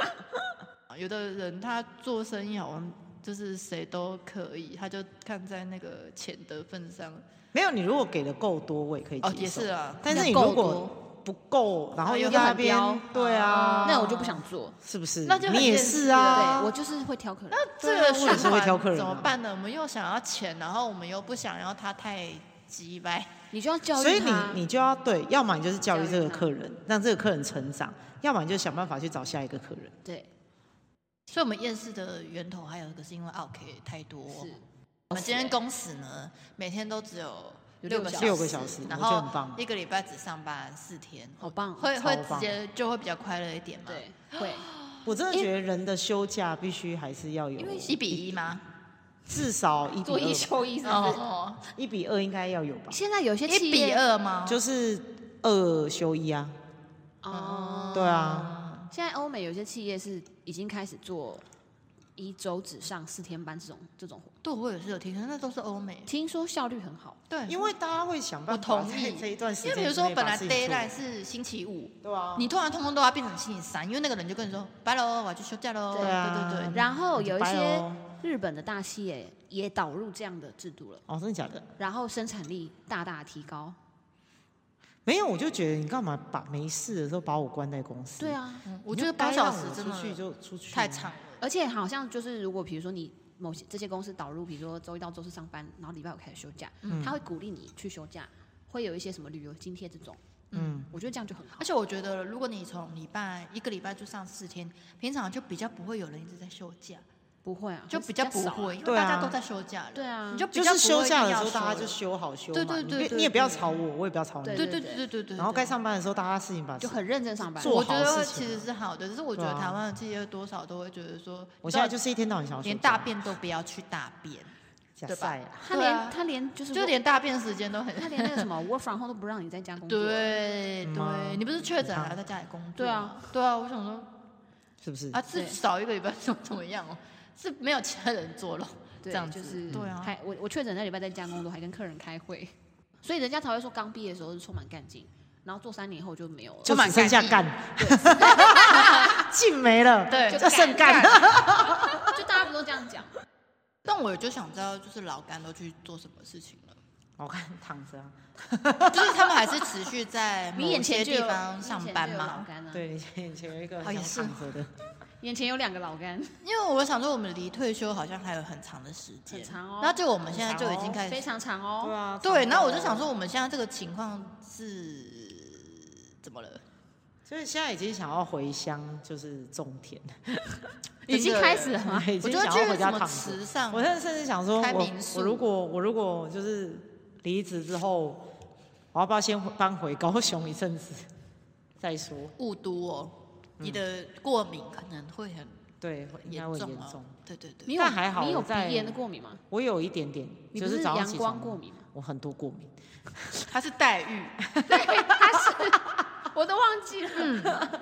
S3: 有的人他做生意好像就是谁都可以，他就看在那个钱的份上。
S1: 没有，你如果给的够多，我也可以接
S3: 哦
S1: 受。，
S3: 也是啊，
S1: 但是你
S2: 要够哦
S1: 如果不够，然后又在那边
S2: 又很，哦
S1: 对啊，
S2: 那我就不想做。
S1: 是不是？
S3: 那就很
S1: 你也是啊，
S2: 对我就是会挑客人。
S3: 这个
S1: 我也是会
S3: 循环
S1: 挑客人啊
S3: 怎么办呢？我们又想要钱，然后我们又不想要他太鸡 [laughs] 掰。
S2: 你就要教育
S1: 所以你
S2: 他
S1: 你就要对，要么你就是教育这
S2: 教育
S1: 个
S2: 他
S1: 客人，让这个客人成长；，要么你就想办法去找下一个客人。
S2: 对，
S3: 所以我们厌世的源头还有一个是因为啊 OK 太多，
S2: 是。
S3: 我们今天工时呢，每天都只有
S2: 有
S3: 六
S2: 六
S3: 个
S2: 小时
S3: 小时，
S2: 六个
S1: 小时
S3: 然
S1: 我觉得
S3: 后
S1: 很棒
S3: 一个礼拜只上班四天，
S2: 好棒哦，
S3: 会
S1: 超
S3: 会直
S1: 棒
S3: 接就会比较快乐一点嘛。，
S2: 对会。
S1: 我真的觉得人的休假必须还是要有，
S3: 因为一比一吗？
S1: 至少一比
S2: 做一
S1: 二吧，
S2: 休一是不是？
S3: 哦，
S1: 一比二应该要有吧，
S2: 现在有些
S3: 一
S2: 企
S3: 比
S2: 业
S3: 二吗？
S1: 就是二休一啊，
S2: 哦，
S1: 对啊，
S2: 现在欧美有些企业是已经开始做一周只上四天班这种这种活，
S3: 对，我也是有听，可是那都是欧美。
S2: 听说效率很好。
S3: 对，
S1: 因为大家会想办
S3: 哎我
S1: 法
S3: 同
S1: 在
S3: 意
S1: 这一段时
S3: 因为
S1: 间之
S3: 比
S1: 内把
S3: 如
S1: 事情做，
S3: 说本来 d a y l i g h t 是星期五，
S1: 对啊，
S3: 你突然通通都要变成星期三，因为那个人就跟你说拜喽，我要去休假喽。
S1: 对啊
S3: 对对对，
S2: 然后有一
S1: 拜
S3: 哦
S1: 哦
S2: 些
S1: 咯
S2: 日本的大企业也导入这样的制度了，
S1: 哦，真的假的？
S2: 然后生产力大大提高。
S1: 没有，我就觉得你干嘛把没事的时候把我关在公司？
S2: 对，啊，
S3: 嗯我觉得八
S1: 该
S3: 小
S1: 让
S3: 时
S1: 我
S3: 真
S1: 出去
S3: 的
S1: 就出去，啊
S3: 太长了。
S2: 而且好像就是如果比如说你。某些这些公司导入，比如说周一到周四上班，然后礼拜五开始休假，
S3: 嗯
S2: 他会鼓励你去休假，会有一些什么旅游津贴这种，
S1: 嗯，
S2: 我觉得这样就很好
S3: 而。且我觉得，如果你从礼拜一个礼拜就上四天，平常就比较不会有人一直在休假，
S2: 不会啊，
S3: 就比较不
S2: 少啊
S3: 会，因为
S1: 对啊
S3: 大家都在休假了。
S2: 对啊
S3: 你就比
S1: 就
S3: 较
S1: 是
S3: 不
S1: 休
S3: 会
S1: 假的
S3: 硬
S1: 时
S3: 要
S1: 候大家
S3: 休
S1: 就
S3: 了
S1: 休好休嘛，
S3: 对对
S1: 你
S3: 对
S1: 别
S3: 对
S1: 你也不要
S3: 对
S1: 吵我，我也不要吵你，
S2: 对
S3: 对对对对对对，
S1: 然后该
S3: 对
S1: 上班的时候大家事情把
S2: 就很认真上班。
S1: 做
S3: 我
S1: 好
S3: 觉
S1: 事
S3: 得其
S1: 情啊
S3: 实是好的，只是我觉得
S1: 对啊
S3: 台湾的企业多少都会觉得说，
S1: 我现在就是一天到晚想要休
S3: 连
S1: 假
S3: 大便都不要去大便，
S1: 假
S3: 对吧
S1: 赛啊
S2: 他
S3: 对
S2: 连、
S3: 啊
S2: 他连就是
S3: 就连大便时间都很
S2: 他连那个什么 work from home 都不让你在家工作。
S3: 对
S1: 嗯啊
S3: 对，你不是确诊
S1: 你
S3: 还
S1: 看
S3: 在家里工作？
S2: 对啊，
S3: 对啊，我想说
S1: 是不是？
S3: 啊，至
S2: 对
S3: 少一个礼拜怎么怎么样哦，是没有其他人做了，
S2: 对， [laughs]
S3: 这样
S2: 就
S3: 子
S2: 是
S3: 对啊
S2: 还我我确诊那礼拜在家工作，还跟客人开会，所以人家才会说刚毕业的时候是充满干劲，然后做三年以后就没有了。
S1: 就
S3: 充满
S1: 只剩下
S3: 干意
S1: 干， [laughs] 劲没了，
S3: 对
S1: 就剩干。
S2: 就大家不都这样讲？
S3: 但我就想知道，就是老干都去做什么事情了？
S1: [laughs] 我看躺着啊，
S3: 就是他们还是持续在
S2: [laughs] 你
S3: 某
S2: 眼前
S3: 些
S2: 就有
S3: 地方上班
S2: 你眼前就有老
S3: 嘛？
S2: 干啊，，
S1: 对你眼前有一个
S3: 嗯哦也
S1: 想
S3: 是
S1: 躺着的，
S2: 眼前有两个老干，
S3: 因为我想说，我们离退休好像还有很长的时间，
S2: 很长哦
S3: 然后就我们现在就已经开
S2: 非
S3: 始，
S2: 常长哦。
S1: 对啊，
S3: 对，
S1: 躺
S3: 然后我
S1: 着
S3: 就
S1: 啊
S3: 想说，我们现在这个情况是怎么了？
S1: 所以现在已经想要回乡，就是种
S3: [laughs]
S1: 田，
S2: 已经
S3: 真的
S2: 开始了吗？
S1: [laughs] 已
S3: 啊我
S1: 经
S3: 觉得
S1: 想要
S3: 去
S1: 回
S3: 什
S1: 家
S3: 么
S1: 躺
S3: 池
S1: 着。
S3: 上，啊
S1: 我现在甚至想说，
S3: 开
S1: 我
S3: 民宿
S1: 我如果我如果就是离职之后，我要不要先搬回高雄一阵子再说？
S3: 雾都哦，你的过敏可能会很
S1: 对，嗯应
S3: 严
S1: 该会
S3: 重
S1: 严
S3: 哦
S1: 重。。
S3: 对对对，
S2: 你有
S1: 但还好
S2: 你有
S1: 我
S2: 鼻
S1: 在
S2: 炎的过敏吗？
S1: 我有一点点，
S2: 你不
S1: 就是早上
S2: 阳
S1: 起
S2: 光
S1: 床 [laughs]
S2: 过敏吗？
S1: 我很多过敏，
S3: 他是
S1: [laughs]
S3: 黛玉，
S2: 对，他是，我都忘记了。
S3: 嗯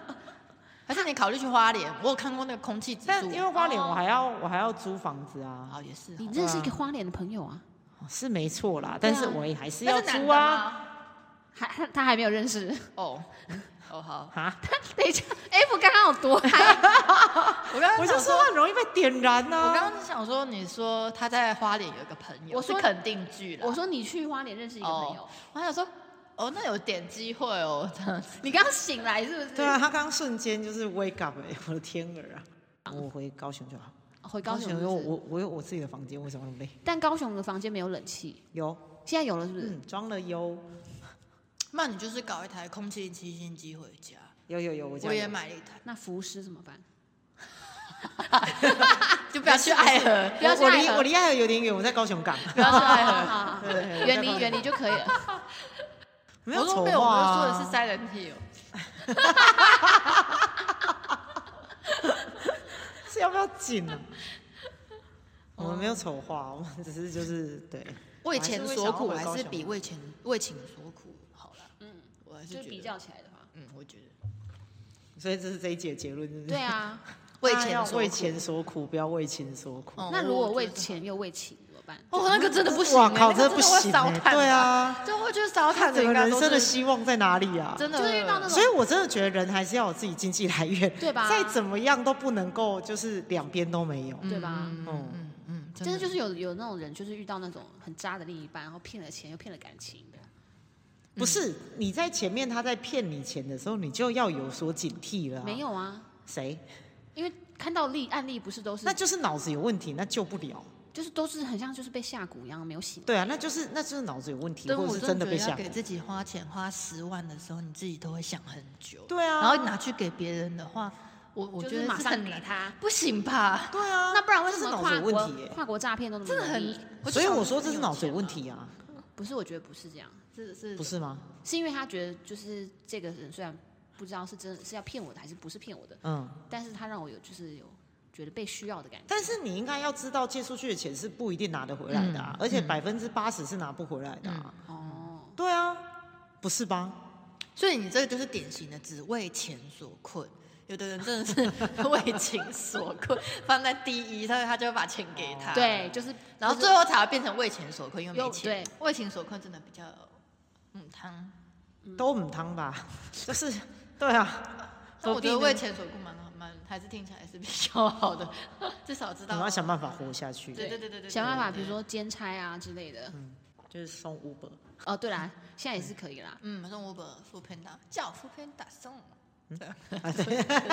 S3: 还是你考虑去花莲？我有看过那个空气指
S1: 但
S3: 数，
S1: 因为花莲我还要我还要租房子啊，
S3: 哦也是哦，
S2: 你认识一个花脸的朋友啊？
S1: 是没错啦，但是我也还是要
S3: 啊那男
S1: 租
S3: 的
S1: 啊
S3: 吗。
S2: 还他他还没有认识。
S3: 哦哦好，
S1: 啊！
S2: [laughs] 等一下，F 刚刚有多嗨？
S3: 我刚
S1: 我
S3: 刚
S1: 就
S3: 想
S1: 说，很容易被点燃啊呐、
S3: 我刚刚想说，你说他在花莲有一个朋友，
S2: 我说
S3: 是肯定句了。
S2: 我说你去花莲认识一个朋友
S3: 哦，，我还想说，哦那有点机会哦，这样子。
S2: 你刚醒来是不是？
S1: 对啊，他刚刚瞬间就是 wake up，、欸、我的天儿啊！我回高雄就好。
S2: 哦回高雄是
S1: 因
S2: 不
S1: 为
S2: 是
S1: 我我我有我自己的房间，为什么那么累？
S2: 但高雄的房间没有冷气，
S1: 有，
S2: 现在有了是不是？
S1: 嗯，装了有，
S3: 那你就是搞一台空气清新机回家，
S1: 有有有，我家
S3: 我也
S1: 有。
S3: 买了一台，
S2: 那服师怎么办？
S3: 就不要去爱河，
S2: 不要去
S1: 我我
S2: 爱
S1: 离
S2: 河
S1: 我离爱河有点远，我在高雄港。
S3: 不要去爱河。
S2: 啊，
S1: 对
S2: 远离远离就可以了。
S1: 没
S3: 我
S1: 有
S3: 说
S1: 丑
S3: 没有，
S1: 化、
S3: 我
S1: 啊。
S3: 就说的是 Silent Hill。
S1: 是要不要紧
S3: [laughs]
S1: 啊？我
S3: 哦
S1: 们没有丑化，我们只是就是对。
S3: 为钱所苦，
S1: 我还是会想要回
S3: 还
S1: 高
S3: 是
S1: 雄啊
S3: 比为钱为情所苦好了。
S2: 嗯，
S3: 我还是
S2: 就
S3: 觉得
S2: 比，较起来的话，
S3: 嗯，我觉得
S1: 所以这是这一节结论，是不是？
S2: 对，啊。
S3: 为
S1: 大家要
S3: 钱所苦
S1: 为钱所苦，不要为情所苦。
S3: 嗯
S2: 那如果
S3: 我
S2: 为
S3: 觉得
S2: 钱又为情怎么办？
S3: 哦，那个真的不行欸，
S1: 哇靠，
S3: 那个
S1: 这不行
S3: 真的会
S1: 欸
S3: 烧炭，
S1: 对，啊，
S3: 就会觉得 [laughs] 烧炭的
S1: 整
S3: 应
S1: 个
S3: 该
S1: 人
S3: 都
S1: 生的
S3: 是
S1: 希望在哪里啊？
S3: 真的
S2: 就是遇到那种
S1: 所以，我真的觉得人还是要有自己经济来源，
S2: 对吧
S1: 再怎么样都不能够就是两边都没有。
S2: 对吧
S3: 嗯嗯嗯嗯，
S2: 真的就是有有那种人，就是遇到那种很渣的另一半，然后骗了钱又骗了感情的。
S1: 不是你在前面他在骗你钱的时候，你就要有所警惕了、
S2: 没，有啊，
S1: 谁？
S2: 因为看到例案例不是都是
S1: 那，就是脑子有问题，那救不了。
S2: 就是都是很像就是被下蛊一样没有醒。
S1: 对啊，那就是那就是脑子有问题，
S3: 但
S1: 或者
S3: 我
S1: 是真的
S3: 的
S1: 被
S3: 觉
S1: 吓
S3: 得要
S1: 唬
S3: 给。自己花钱花十万的时候，你自己都会想很久，
S1: 对啊，
S3: 然后拿去给别人的话，我我
S2: 就
S3: 觉
S2: 是
S3: 得
S2: 马
S3: 这
S2: 上
S3: 很
S2: 给
S3: 难，
S2: 他。
S3: 不行吧？
S1: 对啊，
S2: 那不然为
S1: 这
S2: 什
S1: 是
S2: 么
S1: 脑子
S2: 跨
S1: 有
S2: 国
S1: 问题耶
S2: 跨国诈骗都那么
S3: 真的
S2: 容
S3: 很
S2: 易？
S3: 就
S1: 所以
S3: 想
S1: 我
S3: 我
S1: 说
S2: 们
S1: 这是
S2: 有
S1: 脑子
S2: 钱
S1: 有问
S2: 嘛
S1: 题啊，
S2: 不是，我觉得不是这样，
S3: 是是
S1: 不是吗？
S2: 是因为他觉得就是这个人虽然不知道是真的是要骗我的还是不是骗我的，
S1: 嗯，
S2: 但是他让我有就是有觉得被需要的感觉。
S1: 但是你应该要知道，借出去的钱是不一定拿得回来的、啊，
S3: 嗯
S1: 而且
S3: 嗯
S1: 百分之八十是拿不回来的、啊。
S2: 哦，
S1: 对啊，不是吧？
S3: 所以你这个就是典型的只为钱所困。有的人真的是 [laughs] 为情所困，放在第一，所以他就会把钱给他。，
S2: 对，就是
S3: 然后
S2: 就是
S3: 最后才会变成为钱所困，因为
S2: 有
S3: 没钱。
S2: 对
S3: 为情所困真的比较，嗯，汤。
S2: 嗯
S1: 都很汤吧， [laughs] 就是对啊，
S3: 但我觉
S1: 何必
S3: 得
S1: 呢
S3: 为钱所困蛮好，蛮还是听起来是比较好的， [laughs] 至少知
S1: 我
S3: 道。
S1: 们要想办法活下去。
S3: 对对对对对，
S2: 想办法，比如
S3: 说，
S2: 说兼差啊之类的。
S1: 就是送 Uber，
S2: 哦，对啦，现在也是可以
S3: [laughs]
S2: 啦，
S3: 嗯，送 Uber、富 Panda，叫富 Panda 送。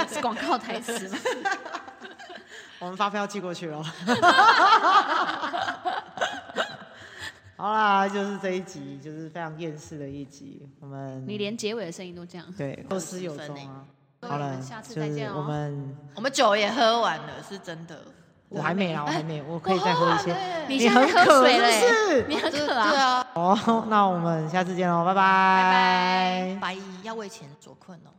S2: 是广告台词嘛。
S1: 我们发票寄过去哦
S2: [laughs]
S1: 了。好啦，就是这一集，就是非常厌世的一集。我们
S2: 你连结尾的声音都这样。
S1: 对有始有终啊。好
S2: 我
S1: 了，
S2: 们下次
S1: 就
S2: 再
S1: 是
S2: 见哦
S1: 我们
S3: 我们酒也喝完了，是真的。
S1: 我还
S2: 啊
S1: 没啦，我还没，我可以再喝一些。
S2: 哦你
S1: 你
S2: 现在
S1: 很
S2: 在喝
S1: 渴
S2: 水
S1: 是
S2: 嘞、
S1: 不是？
S2: 你很
S3: 对
S2: 渴
S3: 对
S2: 啊。
S3: 啊，
S1: 哦，那我们下次见喽，拜拜，拜
S3: 白衣要为钱所困哦。